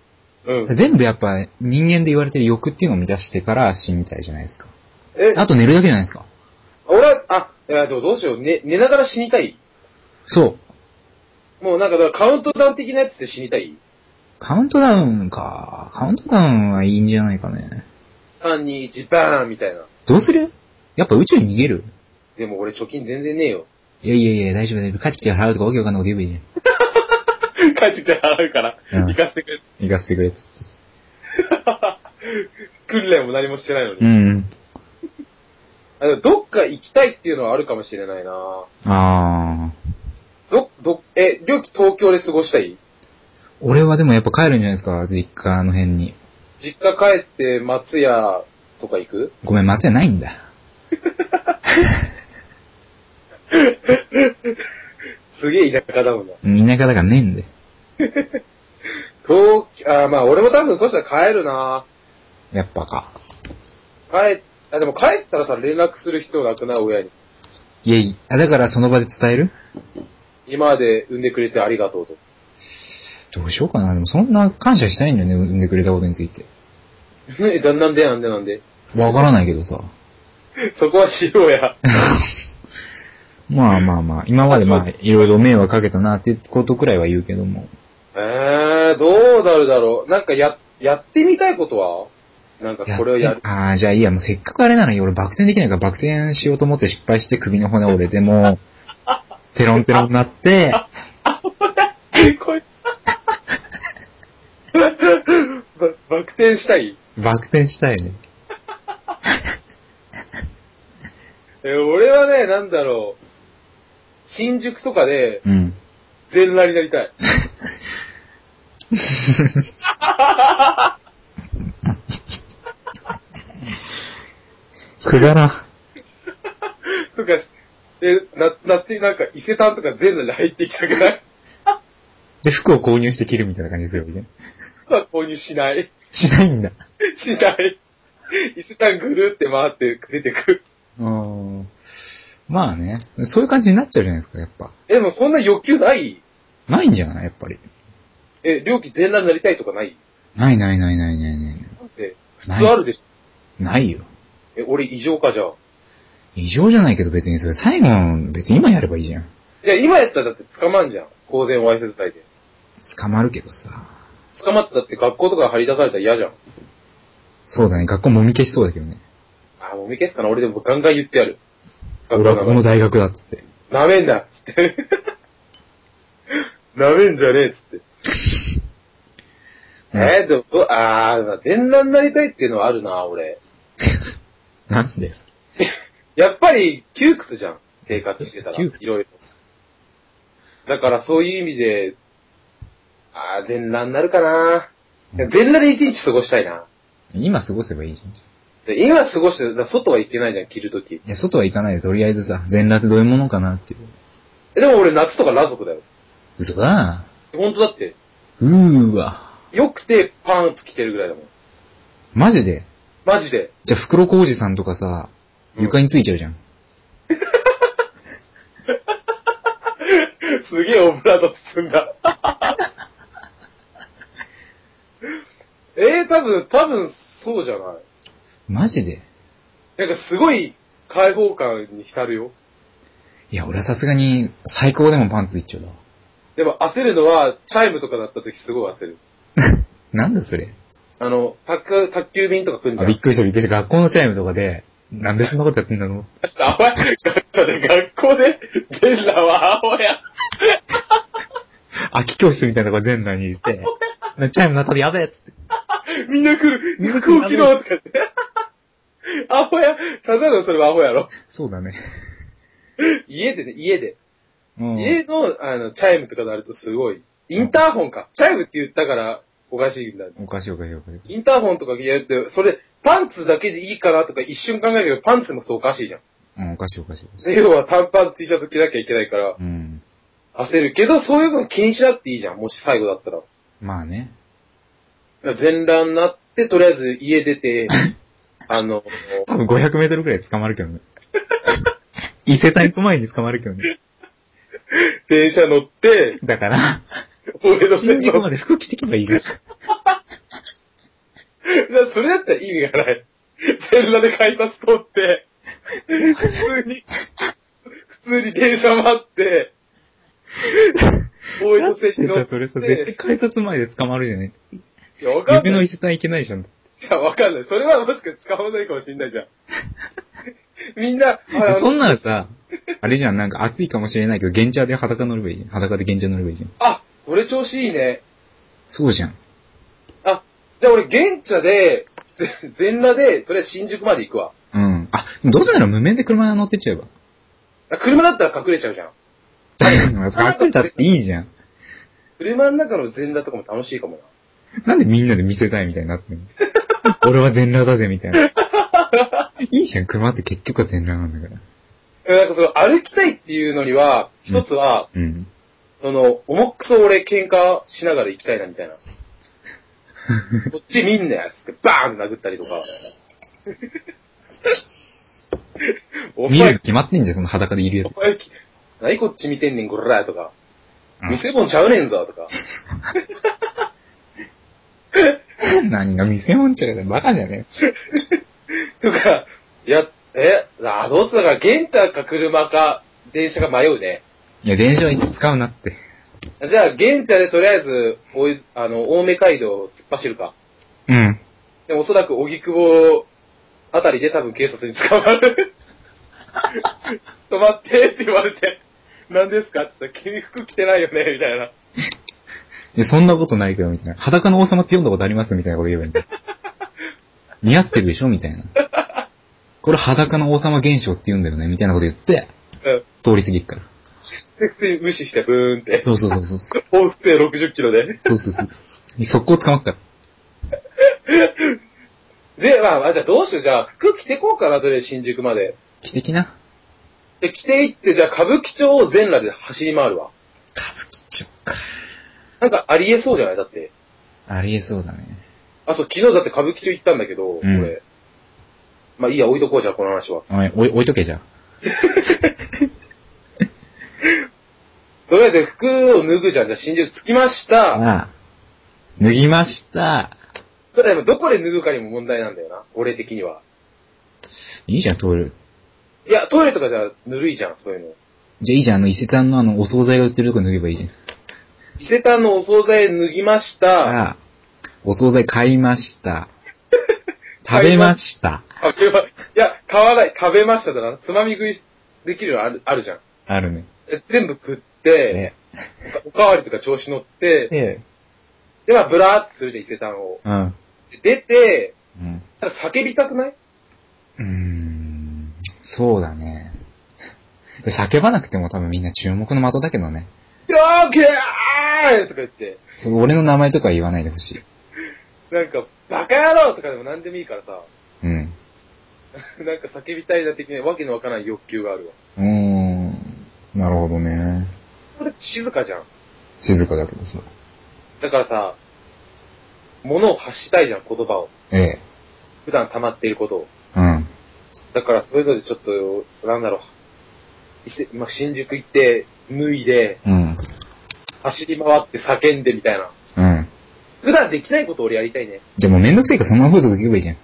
Speaker 1: うん。
Speaker 2: 全部やっぱ人間で言われてる欲っていうのを満たしてから死にたいじゃないですか。
Speaker 1: え、
Speaker 2: あと寝るだけじゃないですか。
Speaker 1: 俺は、あ、いや、でもどうしよう。寝、寝ながら死にたい。
Speaker 2: そう。
Speaker 1: もうなんか、だからカウントダウン的なやつで死にたい。
Speaker 2: カウントダウンか。カウントダウンはいいんじゃないかね。
Speaker 1: 3、2、1、バーンみたいな。
Speaker 2: どうするやっぱ宇宙に逃げる
Speaker 1: でも俺貯金全然ねえよ。
Speaker 2: いやいやいや、大丈夫大丈夫。帰ってきて払うとかわけわかんないこと言えばいいじ
Speaker 1: 帰ってきて払うから、
Speaker 2: うん
Speaker 1: 行かせてくれ。
Speaker 2: ゃん。行かせてくれっつって。
Speaker 1: 訓練も何もしてないのに。
Speaker 2: うん。
Speaker 1: あでもどっか行きたいっていうのはあるかもしれないな
Speaker 2: あー。
Speaker 1: ど、ど、え、りょうき東京で過ごしたい
Speaker 2: 俺はでもやっぱ帰るんじゃないですか、実家の辺に。
Speaker 1: 実家帰って松屋とか行く
Speaker 2: ごめん、松屋ないんだ。
Speaker 1: すげえ田舎だもんな。
Speaker 2: 田舎だからねえんで。
Speaker 1: 東京、あ、まあ俺も多分そしたら帰るな
Speaker 2: やっぱか。
Speaker 1: 帰、あ、でも帰ったらさ、連絡する必要なくない親に。
Speaker 2: いやいや、あだからその場で伝える
Speaker 1: 今まで産んでくれてありがとう と。
Speaker 2: どうしようかな。でもそんな感謝したいんだよね、産んでくれたことについて。
Speaker 1: え、だなんでなんでなんで。
Speaker 2: わからないけどさ。
Speaker 1: そこはしようや。
Speaker 2: まあまあまあ、今までまあ、いろいろ迷惑かけたなっていうことくらいは言うけども。
Speaker 1: えー、どうなるだろう。なんかや、やってみたいことはなんかこれをやる。
Speaker 2: ああ、じゃあいいや、もうせっかくあれなら俺バク転できないからバク転しようと思って失敗して首の骨折れて もう、ペロンペロンになって、
Speaker 1: これ ばバク転したい
Speaker 2: バク転したいね。
Speaker 1: えー俺はね、なんだろう。新宿とかで
Speaker 2: うん。
Speaker 1: 全裸になりたい。
Speaker 2: くだら。
Speaker 1: とかし、え、な、なって、なんか伊勢丹とか全裸で入ってきたくない
Speaker 2: で、服を購入して着るみたいな感じするよね。
Speaker 1: は購入しない。
Speaker 2: しないんだ。
Speaker 1: しない。 伊勢丹ぐるって回って出てく。
Speaker 2: うん。まあね。そういう感じになっちゃうじゃないですか、やっぱ。
Speaker 1: え、でもそんな欲求ない
Speaker 2: ないんじゃないやっぱり。
Speaker 1: え、料金全裸になりたいとかない
Speaker 2: ないないないないないない。
Speaker 1: なんて、普
Speaker 2: ない
Speaker 1: 通あるでし
Speaker 2: ないよ。
Speaker 1: ょ。え、俺異常かじゃあ。
Speaker 2: 異常じゃないけど別にそれ最後の、別に今やればいいじゃん。
Speaker 1: いや、今やったらだって捕まんじゃん。公然わいせつ罪で。
Speaker 2: 捕まるけどさ。
Speaker 1: 捕まったって学校とか張り出されたら嫌じゃん。
Speaker 2: そうだね、学校もみ消しそうだけどね。
Speaker 1: あ、もみ消すかな俺でもガンガン言ってやる。
Speaker 2: 俺はここの大学だっつって。
Speaker 1: なめんなっつって。 なめんじゃねえっつって。えー、でも、うあー、全裸になりたいっていうのはあるな、俺。
Speaker 2: なんでそれ
Speaker 1: やっぱり窮屈じゃん、生活してたら。
Speaker 2: 窮
Speaker 1: い
Speaker 2: 屈
Speaker 1: ろいろ。だからそういう意味で、あー、全裸になるかな。いや全裸で一日過ごしたいな。
Speaker 2: 今過ごせばいいじゃん。
Speaker 1: で今過ごしてる、だから外は行けないじゃん、着るとき。
Speaker 2: いや、外は行かないで、とりあえずさ、全裸ってどういうものかなっていう。
Speaker 1: えでも俺夏とか裸族だよ。
Speaker 2: 嘘だ
Speaker 1: 本当だって、
Speaker 2: うーわ。
Speaker 1: よくてパンツ着てるぐらいだもん。
Speaker 2: マジで
Speaker 1: マジで。
Speaker 2: じゃあ、袋小路さんとかさ、
Speaker 1: うん
Speaker 2: 床についちゃうじゃん。
Speaker 1: すげえオブラート包んだ。 えー、多分、多分そうじゃない。
Speaker 2: マジで
Speaker 1: なんかすごい開放感に浸るよ。
Speaker 2: いや、俺はさすがに、最高でもパンツ一丁だわ。
Speaker 1: でも焦るのは、チャイムとかだった時すごい焦る。
Speaker 2: なんだそれ
Speaker 1: あの、宅宅急便とか来んじゃ
Speaker 2: あ、
Speaker 1: ん。
Speaker 2: びっくりしたびっくりした。学校のチャイムとかで、なんでそんなことやってんだろう。
Speaker 1: あわや、学校で、学校で、全裸は青や。
Speaker 2: 空き教室みたいなとこ全裸にいて、 チャイムなったらやべえっつって。
Speaker 1: みんな来る
Speaker 2: みんな来
Speaker 1: 空
Speaker 2: る
Speaker 1: 気のとかって。アホや、ただのそれはアホやろ。
Speaker 2: そうだね。
Speaker 1: 家でね、家で。
Speaker 2: うん。
Speaker 1: 家の、あの、チャイムとかなるとすごい。インターホンか。チャイムって言ったから、おかしいんだ。
Speaker 2: おかしいおかしいおかしい。
Speaker 1: インターホンとかやるって、それ、パンツだけでいいかなとか一瞬考えるけど、パンツもそうおかしいじゃん。
Speaker 2: うん、おかしいおかしいおかしい。
Speaker 1: ゼロは短パン T シャツ着なきゃいけないから、
Speaker 2: うん。
Speaker 1: 焦るけど、そういうの気にしなくていいじゃん、もし最後だったら。
Speaker 2: まあね。
Speaker 1: 全裸になって、とりあえず家出 て、あの、
Speaker 2: 多分500メートルくらい捕まる けどね。伊勢丹行く前に捕まるけどね。
Speaker 1: 電車乗って、
Speaker 2: だ から、
Speaker 1: 俺の
Speaker 2: 新
Speaker 1: 電
Speaker 2: 宿
Speaker 1: 車
Speaker 2: まで服着てけばいいじゃん。
Speaker 1: それだったら意味がない。全裸で改札通って、普通に、普通に電車待 って、大江戸
Speaker 2: だっ
Speaker 1: 線
Speaker 2: て
Speaker 1: に乗
Speaker 2: さ、
Speaker 1: って、
Speaker 2: それさ、絶対
Speaker 1: い
Speaker 2: 改札前で捕まるじゃない
Speaker 1: や、わかん
Speaker 2: 夢の
Speaker 1: ない。
Speaker 2: 伊勢丹行けないじゃん。
Speaker 1: じゃあわかんない。それはもしか使わないかもしんない じゃん。みんな、あ
Speaker 2: そん
Speaker 1: の、
Speaker 2: ならさ、あれじゃん、なんか暑いかもしれないけど、現茶で裸乗ればいいじゃん。裸で現茶乗ればいいじゃん。
Speaker 1: あ、それ調子いいね。
Speaker 2: そうじゃん。
Speaker 1: あ、じゃあ俺、現茶で、ぜ全裸で、とりあえず新宿まで行くわ。
Speaker 2: うん。あ、どうせなら無免で車乗ってっちゃえば。
Speaker 1: あ車だったら隠れちゃうじゃん。
Speaker 2: 隠れたっていいじゃん。
Speaker 1: 車の中の全裸とかも楽しいかもな。
Speaker 2: なんでみんなで見せたいみたいになってんの俺は全裸だぜみたいな。いいじゃん、熊って結局は全裸なんだから。
Speaker 1: なんかその歩きたいっていうのには、一つは、
Speaker 2: うん。
Speaker 1: その、重くそ俺喧嘩しながら行きたいなみたい な。こっち見んなやつってバーン殴った りとか。お
Speaker 2: 見るに
Speaker 1: 前、
Speaker 2: 決まってんじゃん、その裸でいるやつ。
Speaker 1: お前、何こっち見てんねん、こらとか
Speaker 2: う。ん
Speaker 1: 見せ物ちゃうねんぞ、 とか。
Speaker 2: 何が見せ物ちゃうよ。バカじゃね
Speaker 1: とか、いや、え、あ、どうするだから、玄太か車か、電車か迷うね。
Speaker 2: え。いや、電車はいつ使うなって。
Speaker 1: じゃあ、玄茶でとりあえず、おい、あの、青梅街道を突っ走るか。
Speaker 2: うん。
Speaker 1: でもおそらく、荻窪あたりで多分警察に捕まる。止まってって言われて、何ですかって言ったら、君服着てないよねみたいな。
Speaker 2: いや、そんなことないけど、みたいな。裸の王様って読んだことありますみたいなこと言えばいいんだ。似合ってるでしょみたいな。これ裸の王様現象って言うんだよねみたいなこと言って、
Speaker 1: うん。
Speaker 2: 通り過ぎっから。
Speaker 1: で、普通に無視して、ブーンって。
Speaker 2: そうそうそうそう。そ
Speaker 1: 往復で60キロで。
Speaker 2: うそうそう そう。速攻捕まっから。
Speaker 1: で、まあまあ、じゃあどうしよう。じゃあ、服着てこうかな、とりあえず新宿まで。
Speaker 2: 着てきな。
Speaker 1: で、着ていって、じゃあ、歌舞伎町を全裸で走り回るわ。
Speaker 2: 歌舞伎町か。
Speaker 1: なんか、ありえそうじゃないだって。
Speaker 2: ありえそうだね。
Speaker 1: あ、そう、昨日だって歌舞伎町行ったんだけど、
Speaker 2: うん
Speaker 1: 俺。まあいいや、置いとこうじゃん、この話は。
Speaker 2: おい、おい置いとけじゃあ。
Speaker 1: とりあえず服を脱ぐじゃん、じゃあ新宿着きました。
Speaker 2: ああ。脱ぎました。
Speaker 1: ただ、どこで脱ぐかにも問題なんだよな、俺的には。
Speaker 2: いいじゃん、通る。
Speaker 1: いや、トイレとかじゃぬるいじゃん、そういうの。
Speaker 2: じゃあいいじゃん、あの、伊勢丹のあの、お惣菜が売ってるとこ脱げばいいじゃん。
Speaker 1: 伊勢丹のお惣菜脱ぎました。
Speaker 2: ああ。お惣菜買いま した。食べました。
Speaker 1: 食べま、いや、買わない、食べましただな。つまみ食いできるのある、あるじゃん。
Speaker 2: あるね。
Speaker 1: え全部食って、
Speaker 2: え
Speaker 1: おかわりとか調子乗って、
Speaker 2: え。
Speaker 1: で、まあ、ブラーってするじゃん、伊勢丹を。
Speaker 2: うん。
Speaker 1: で出て、
Speaker 2: うん。
Speaker 1: なんか叫びたくないう
Speaker 2: ーん。そうだね。で叫ばなくても多分みんな注目の的だけどね。
Speaker 1: よーけーとか言って、
Speaker 2: そう俺の名前とかは言わないでほしい。
Speaker 1: なんか、バカ野郎とかでも何でもいいからさ、
Speaker 2: うん。
Speaker 1: なんか叫びたいな的なわけのわからない欲求があるわ。
Speaker 2: うーん。なるほどね。
Speaker 1: これ静かじゃん。
Speaker 2: 静かだけどさ。
Speaker 1: だからさ、物を発したいじゃん、言葉を。
Speaker 2: ええ。
Speaker 1: 普段溜まっていることを。
Speaker 2: うん。
Speaker 1: だからそういうのでちょっと、なんだろう。伊勢まあ、新宿行って、脱いで、
Speaker 2: うん。
Speaker 1: 走り回って叫んでみたいな。
Speaker 2: うん。
Speaker 1: 普段できないことを俺やりたいね。
Speaker 2: じゃあもうめんどくせえからそのまま風俗行けばいいじゃん。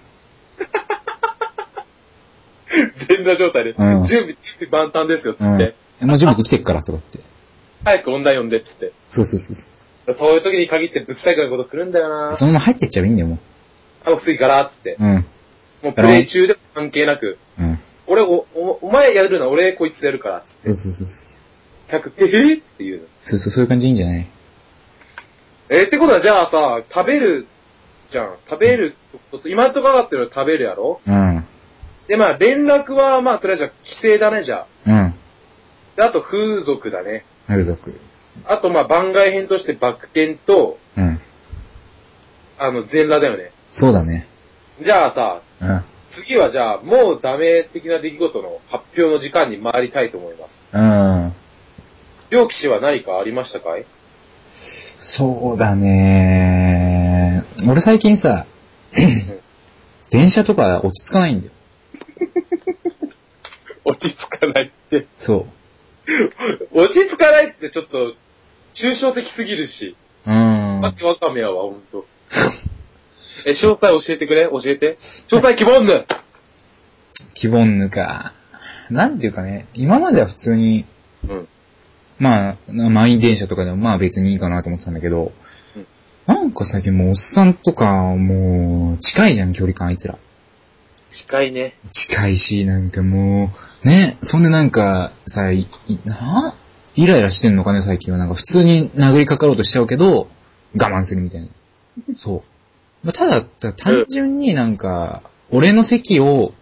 Speaker 1: 全裸状態で。
Speaker 2: うん
Speaker 1: 準備、準備万端ですよ、つ
Speaker 2: う
Speaker 1: っ
Speaker 2: ん
Speaker 1: て。。
Speaker 2: もう準備できてっからとかって。
Speaker 1: 早く女呼んで、つって。
Speaker 2: そうそうそうそう。
Speaker 1: そういう時に限ってぶっ最後なこと来るんだよな
Speaker 2: そのまま入ってっちゃえばいいんだよ、も
Speaker 1: あ、もう次から、つって。
Speaker 2: う。うん。
Speaker 1: もうプレイ中でも関係なく。
Speaker 2: うん。
Speaker 1: 俺、お、お、お前やるな、俺こいつやるから、つって。
Speaker 2: そうそうそうそう。
Speaker 1: 100、えへって言うの。
Speaker 2: そうそう、そういう感じいいんじゃない
Speaker 1: えーってことはじゃあさ、食べる、じゃん。食べること、今のところだってるのは食べるやろ
Speaker 2: うん。
Speaker 1: で、まあ、連絡は、まあ、とりあえずは規制だね、じゃあ。
Speaker 2: うん。
Speaker 1: で、あと、風俗だね。
Speaker 2: 風俗。
Speaker 1: あと、まあ、番外編として、バク転と、
Speaker 2: うん。
Speaker 1: あの、全裸だよね。
Speaker 2: そうだね。
Speaker 1: じゃあさ、
Speaker 2: うん。
Speaker 1: 次はじゃあ、もうダメ的な出来事の発表の時間に回りたいと思います。
Speaker 2: うん。
Speaker 1: 両騎士は何かありましたかい
Speaker 2: そうだね俺最近 さ、電車とか落ち着かないんだよ。
Speaker 1: 落ち着かないって。
Speaker 2: そ
Speaker 1: 落ち着かないってちょっと、抽象的すぎるし。
Speaker 2: う。うん。
Speaker 1: 待ってわかめやわ、ほんと。 え、詳細教えてくれ教えて。詳細希望ぬ
Speaker 2: 希望ぬか。なんていうかね、今までは普通に、
Speaker 1: うん
Speaker 2: まあ、満員電車とかでもまあ別にいいかなと思ってたんだけど、
Speaker 1: うん
Speaker 2: なんか最近もうおっさんとかもう近いじゃん距離感あいつら。
Speaker 1: 近いね。
Speaker 2: 近いし、なんかもう、ね、そんでなんかさ、いいなイライラしてんのかね最近は。なんか普通に殴りかかろうとしちゃうけど、我慢するみたいな。そう。まあ、ただ、ただ単純になんか、俺の席を、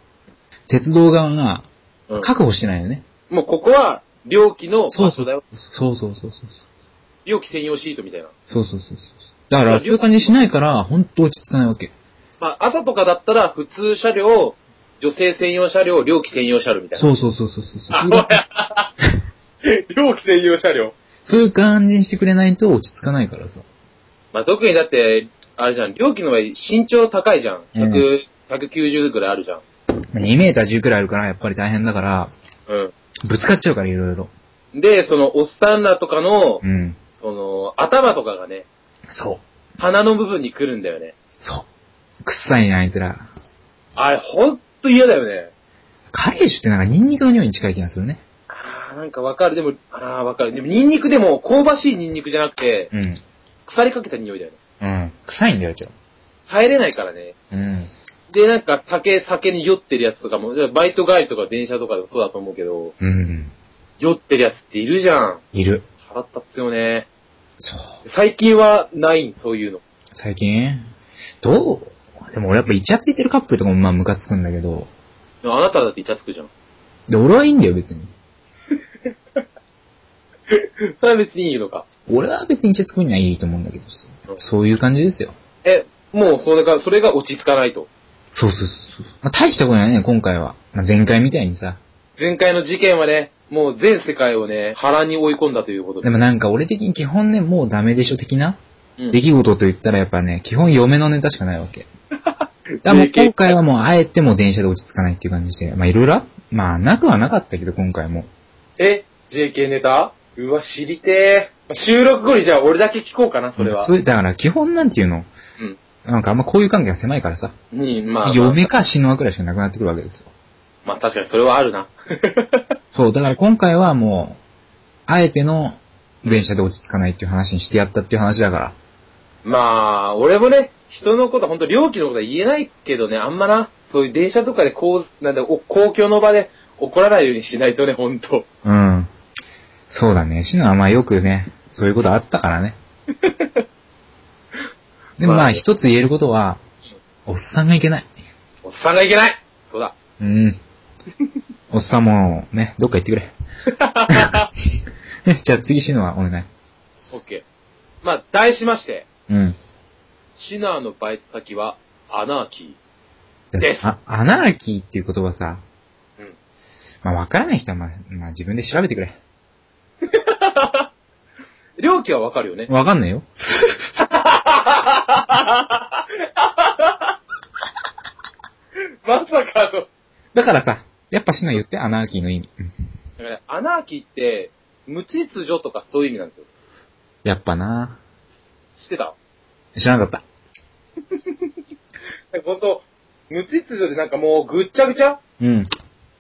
Speaker 2: 鉄道側が
Speaker 1: うん
Speaker 2: 確保してないよね。
Speaker 1: もうここは、両機の
Speaker 2: そう
Speaker 1: 場所
Speaker 2: そう
Speaker 1: だ
Speaker 2: そう
Speaker 1: よ。
Speaker 2: そうそうそうそう。
Speaker 1: 両機専用シートみたいな。
Speaker 2: そうそうそうそう。だから、そういう感じしないから、ほんと落ち着かないわけ。
Speaker 1: まあ、朝とかだったら、普通車両、女性専用車両、両機専用車両みたいな。
Speaker 2: そうそうそうそうそう。そういう
Speaker 1: あ、ほ ら両機専用車両。
Speaker 2: そういう感じにしてくれないと落ち着かないからさ。
Speaker 1: まあ、特にだって、あれじゃん、両機の場合、身長高いじゃん。100、190ぐらいあるじゃん。
Speaker 2: 2メーター10くらいあるから、やっぱり大変だから、
Speaker 1: う
Speaker 2: ぶつかっちゃうから、いろいろ。
Speaker 1: ん。で、その、おっさんらとかの、
Speaker 2: うん。
Speaker 1: その、頭とかがね、
Speaker 2: そう。
Speaker 1: 鼻の部分に来るんだよね。
Speaker 2: そう。臭いね、あいつら。
Speaker 1: あれ、ほんと嫌だよね。
Speaker 2: カレー酒ってなんかニンニクの匂いに近い気がするね。
Speaker 1: あー、なんかわかる。でも、あー、わかる。でも、ニンニクでも、香ばしいニンニクじゃなくて、
Speaker 2: うん。
Speaker 1: 腐りかけた匂いだよね。
Speaker 2: うん。臭いんだよ、今
Speaker 1: 耐えれないからね。
Speaker 2: 日。うん。
Speaker 1: で、なんか、酒、酒に酔ってるやつとかも、バイト帰りとか電車とかでもそうだと思うけど、
Speaker 2: うん。
Speaker 1: 酔ってるやつっているじゃん。
Speaker 2: いる。
Speaker 1: 腹立つよね。
Speaker 2: そう。
Speaker 1: 最近はないん、そういうの。
Speaker 2: 最近どうでも俺やっぱイチャついてるカップルとかもまあムカつくんだけど。
Speaker 1: でもあなただってイチャつくじゃん。
Speaker 2: で、俺はいいんだよ、別に。
Speaker 1: それは別にいいのか。
Speaker 2: 俺は別にイチャつくにはいいと思うんだけどさ
Speaker 1: うん
Speaker 2: そういう感じですよ。
Speaker 1: え、もう、それが、それが落ち着かないと。
Speaker 2: そうそうそうそう。まあ、大したことないね、今回は。まあ、前回みたいにさ。
Speaker 1: 前回の事件はね、もう全世界をね、波乱に追い込んだということ
Speaker 2: で
Speaker 1: で。
Speaker 2: もなんか俺的に基本ね、もうダメでしょ的な、
Speaker 1: うん
Speaker 2: 出来事と言ったらやっぱね、基本嫁のネタしかないわ け。だからもう今回はもうあえてもう電車で落ち着かないっていう感じで、まあいろいろあ、まあなくはなかったけど今回も。
Speaker 1: え ?JK ネタうわ、知りてー。収録後にじゃあ俺だけ聞こうかな、それは。
Speaker 2: そういう、だから基本なんていうの、
Speaker 1: うん
Speaker 2: なんかあんまこういう関係が狭いからさ、
Speaker 1: に、まあ、まあ、
Speaker 2: 嫁か死ぬわくらいしかなくなってくるわけですよ。
Speaker 1: まあ確かにそれはあるな。
Speaker 2: そう、だから今回はもう、あえての電車で落ち着かないっていう話にしてやったっていう話だから。
Speaker 1: まあ、俺もね、人のこと、ほんと、料金のことは言えないけどね、あんまな、そういう電車とかで、こう、なんだ、お公共の場で怒らないようにしないとね、ほんと。
Speaker 2: うん。そうだね。シノはまあよくね、そういうことあったからね。でもま
Speaker 1: ま
Speaker 2: あ
Speaker 1: あ
Speaker 2: 一つ言えることは、おっさんがいけない。
Speaker 1: おっさんがいけないそうだ。
Speaker 2: うん。おっさんもね、どっか行っ てくれ。 じゃあ次シノはお願い。
Speaker 1: オッケー。まあ、題しまして、
Speaker 2: うん。
Speaker 1: シナーのバイト先は、アナーキです
Speaker 2: あ、アナーキーっていう言葉さ、
Speaker 1: ー。うん。
Speaker 2: まあわからない人はまあ、まあ自分で調べてくれ。
Speaker 1: 料金はわかるよね。
Speaker 2: わかんないよ。
Speaker 1: まさかの。
Speaker 2: だからさ、やっぱシノ言ってアナーキーの意味。うん
Speaker 1: だから、アナーキーって、無秩序とかそういう意味なんですよ。
Speaker 2: やっぱな
Speaker 1: 知ってた
Speaker 2: 知らなかっ。
Speaker 1: ほんと、無秩序でなんかもうぐっちゃぐちゃった
Speaker 2: うん。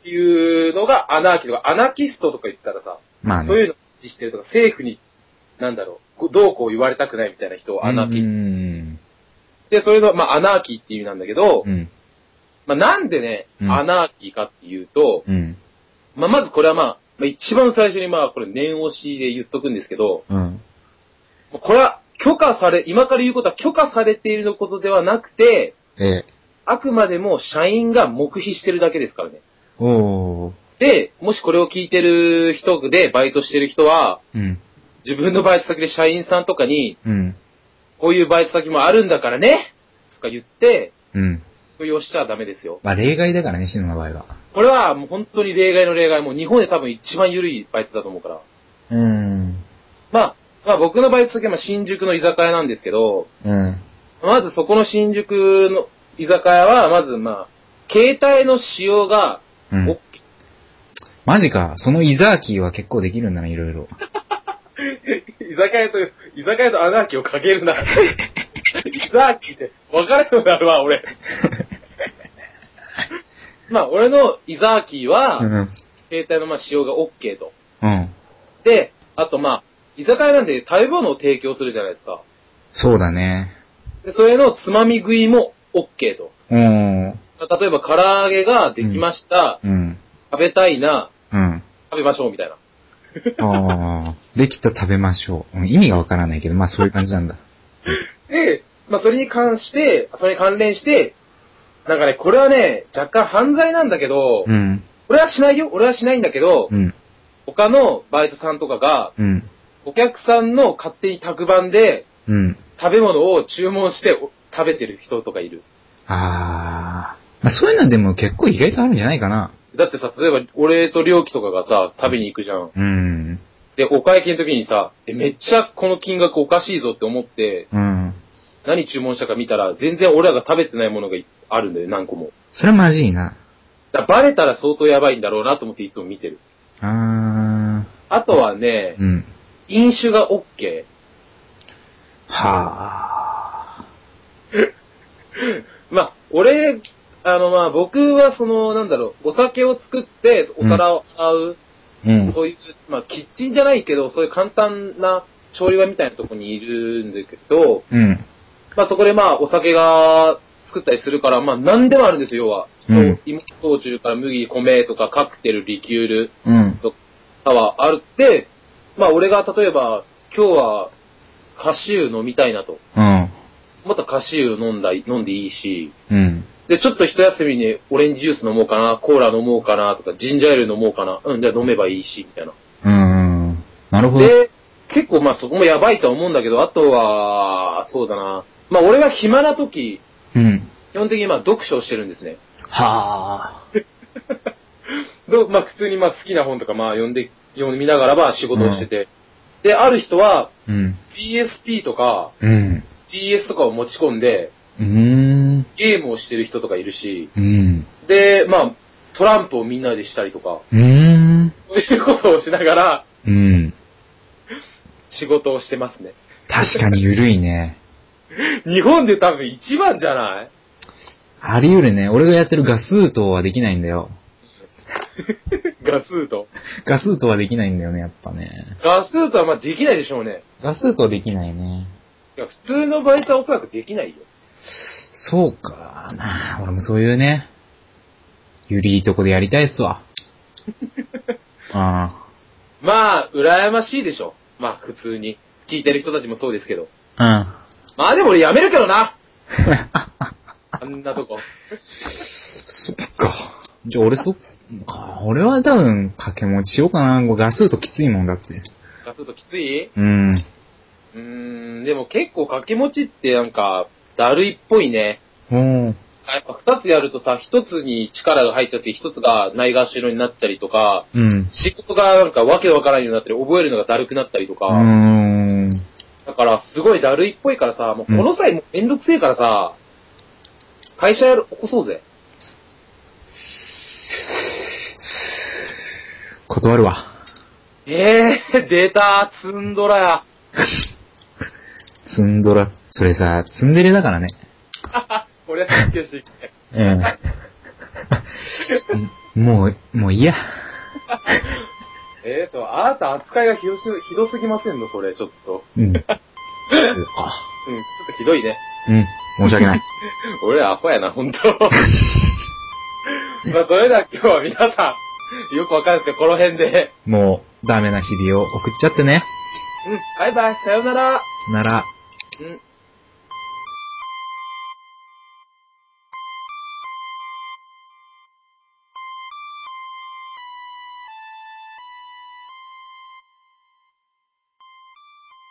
Speaker 1: ていうのがアナーキーとか、アナキストとか言ったらさ、
Speaker 2: まあね。
Speaker 1: そういうのを支持してるとか、政府に、なんだろう、こうどうこう言われたくないみたいな人をアナーキスト。
Speaker 2: うん。
Speaker 1: で、それの、まあ、アナーキーっていう意味なんだけど、
Speaker 2: うん。
Speaker 1: まあ、なんでね、
Speaker 2: うん
Speaker 1: アナーキーかっていうと、
Speaker 2: うん。
Speaker 1: まあ、まずこれはまあ、まあ、一番最初にまあ、これ念押しで言っとくんですけど、
Speaker 2: うん。
Speaker 1: まあこれは許可され、今から言うことは許可されているのことではなくて、
Speaker 2: ええ。
Speaker 1: あくまでも社員が黙秘してるだけですからね。
Speaker 2: おー。
Speaker 1: で、もしこれを聞いてる人でバイトしてる人は、
Speaker 2: うん。
Speaker 1: 自分のバイト先で社員さんとかに、
Speaker 2: うん。
Speaker 1: こういうバイト先もあるんだからねとか言って、
Speaker 2: うん。
Speaker 1: 服用しちゃダメですよ。
Speaker 2: まあ、例外だからね、シノの場合は。
Speaker 1: これはもう本当に例外の例外、もう日本で多分一番緩いバイトだと思うから。
Speaker 2: うん。
Speaker 1: まあ、まあ僕のバイト先はまあ新宿の居酒屋なんですけど、
Speaker 2: うん。
Speaker 1: まずそこの新宿の居酒屋は、まずまあ、携帯の使用が
Speaker 2: う
Speaker 1: OK、
Speaker 2: ん。マジか。そのイザーキーは結構できるんだな、いろいろ。
Speaker 1: 居酒屋と、居酒屋とアナーキーをかけるな。居酒屋って、分かるようになるわ、 俺。まあ、俺の居酒屋は、
Speaker 2: うん。
Speaker 1: 携帯のまあ使用が OK と。
Speaker 2: うん。
Speaker 1: で、あとまあ、居酒屋なんで食べ物を提供するじゃないですか。
Speaker 2: そうだね。
Speaker 1: で、それのつまみ食いも OK と。
Speaker 2: うん。
Speaker 1: 例えば、唐揚げができました、
Speaker 2: うん。
Speaker 1: 食べたいな、
Speaker 2: うん。
Speaker 1: 食べましょう、みたいな。
Speaker 2: ああ。できた食べましょう。うん意味がわからないけど、まあそういう感じなんだ。
Speaker 1: で、まあ、それに関して、それに関連して、なんかね、これはね、若干犯罪なんだけど、
Speaker 2: うん。
Speaker 1: 俺はしないよ、俺はしないんだけど、
Speaker 2: うん。
Speaker 1: 他のバイトさんとかが、
Speaker 2: うん。
Speaker 1: お客さんの勝手に宅番で、
Speaker 2: うん。
Speaker 1: 食べ物を注文してお食べてる人とかいる。
Speaker 2: ああ。まあそういうのでも結構意外とあるんじゃないかな。
Speaker 1: だってさ、例えば、俺と良樹とかがさ、食べに行くじゃん。
Speaker 2: うん。
Speaker 1: で、お会計の時にさ、え、めっちゃこの金額おかしいぞって思って、
Speaker 2: うん。
Speaker 1: 何注文したか見たら、全然俺らが食べてないものがいあるんだよ、何個も。
Speaker 2: それはまじいな。
Speaker 1: だからバレたら相当やばいんだろうなと思っていつも見てる。
Speaker 2: あ
Speaker 1: あとは
Speaker 2: あ。
Speaker 1: ね、
Speaker 2: うん。
Speaker 1: 飲酒が OK。
Speaker 2: はあ。
Speaker 1: まあ、俺、あのまあ僕はその、なんだろう、お酒を作ってお皿を洗う、
Speaker 2: うん。
Speaker 1: そういう、まあキッチンじゃないけど、そういう簡単な調理場みたいなとこにいるんだけど、
Speaker 2: うん。
Speaker 1: まあそこでまあお酒が作ったりするから、まあ何でもあるんですよ、要は。
Speaker 2: うん
Speaker 1: 芋焼酎から麦、米とかカクテル、リキュール
Speaker 2: うん。
Speaker 1: とかはあるって、まあ俺が例えば、今日はカシュー飲みたいなと。
Speaker 2: うん。
Speaker 1: またカシュー飲んだ、飲んでいいし、
Speaker 2: うん。
Speaker 1: で、ちょっと一休みにオレンジジュース飲もうかな、コーラ飲もうかな、とか、ジンジャーエール飲もうかな、うん、じゃあ飲めばいいし、みたいな。
Speaker 2: うん。なるほど。
Speaker 1: で、結構まあそこもやばいとは思うんだけど、あとは、そうだな。まあ俺が暇な時、
Speaker 2: うん。
Speaker 1: 基本的にまあ読書をしてるんですね。
Speaker 2: はあ。
Speaker 1: どまあ普通にまあ好きな本とかまあ読んで、読みながらまあ仕事をしてて。で、ある人は
Speaker 2: うん。
Speaker 1: PSP とか
Speaker 2: うん。
Speaker 1: DS とかを持ち込んで、
Speaker 2: うーん。
Speaker 1: ゲームをしてる人とかいるし、
Speaker 2: うん。
Speaker 1: で、まあ、トランプをみんなでしたりとか、
Speaker 2: うーん。
Speaker 1: そういうことをしながら
Speaker 2: うん。
Speaker 1: 仕事をしてますね。
Speaker 2: 確かに緩いね。
Speaker 1: 日本で多分一番じゃない
Speaker 2: あり得るね。俺がやってるガスートはできないんだよ。
Speaker 1: ガスート。
Speaker 2: ガスートはできないんだよね、やっぱね。
Speaker 1: ガスートはまあできないでしょうね。
Speaker 2: ガスートはできないね。
Speaker 1: いや、普通のバイトはおそらくできないよ。
Speaker 2: そうか。まあ、俺もそういうね、ゆりいとこでやりたいっすわ。あ
Speaker 1: まあ、羨ましいでしょ。まあ、普通に。聞いてる人たちもそうですけど。
Speaker 2: あ。
Speaker 1: まあでも俺辞めるけどな
Speaker 2: う
Speaker 1: あ
Speaker 2: ん。
Speaker 1: んなとこ。
Speaker 2: そっか。じゃあ俺そっか。俺は多分、掛け持ちしようかな。ガスーときついもんだって。
Speaker 1: ガスートきつい
Speaker 2: うん。
Speaker 1: うーん、でも結構掛け持ちってなんか、だるいっぽいね。
Speaker 2: うん。
Speaker 1: やっぱ二つやるとさ、一つに力が入っちゃって、一つがないがしろになったりとか、
Speaker 2: うん。
Speaker 1: 仕事がなんかわけわからないようになったり、覚えるのがだるくなったりとか、
Speaker 2: うーん。
Speaker 1: だからすごいだるいっぽいからさ、もうこの際もうめんどくせえからさ、会社やる、起こそうぜ。
Speaker 2: 断るわ。
Speaker 1: ええー、 出た、ツンドラや。
Speaker 2: ツンドラ。それさ、ツンデレだからね。
Speaker 1: これは神経して
Speaker 2: うん。もう、もういいや。
Speaker 1: えー、ちょ、あなた扱いがひどすひどすぎませんのそれ、ちょっと。
Speaker 2: うん。そうか。
Speaker 1: うん、ちょっとひどいね。
Speaker 2: うん。申し訳ない。
Speaker 1: 俺らアホやな、ほ んと。まあ、それでは今日は皆さん、よくわかるんないですけど、この辺で。
Speaker 2: もう、ダメな日々を送っちゃってね。
Speaker 1: うん、バイバイ、さようなら。
Speaker 2: なら、
Speaker 1: うん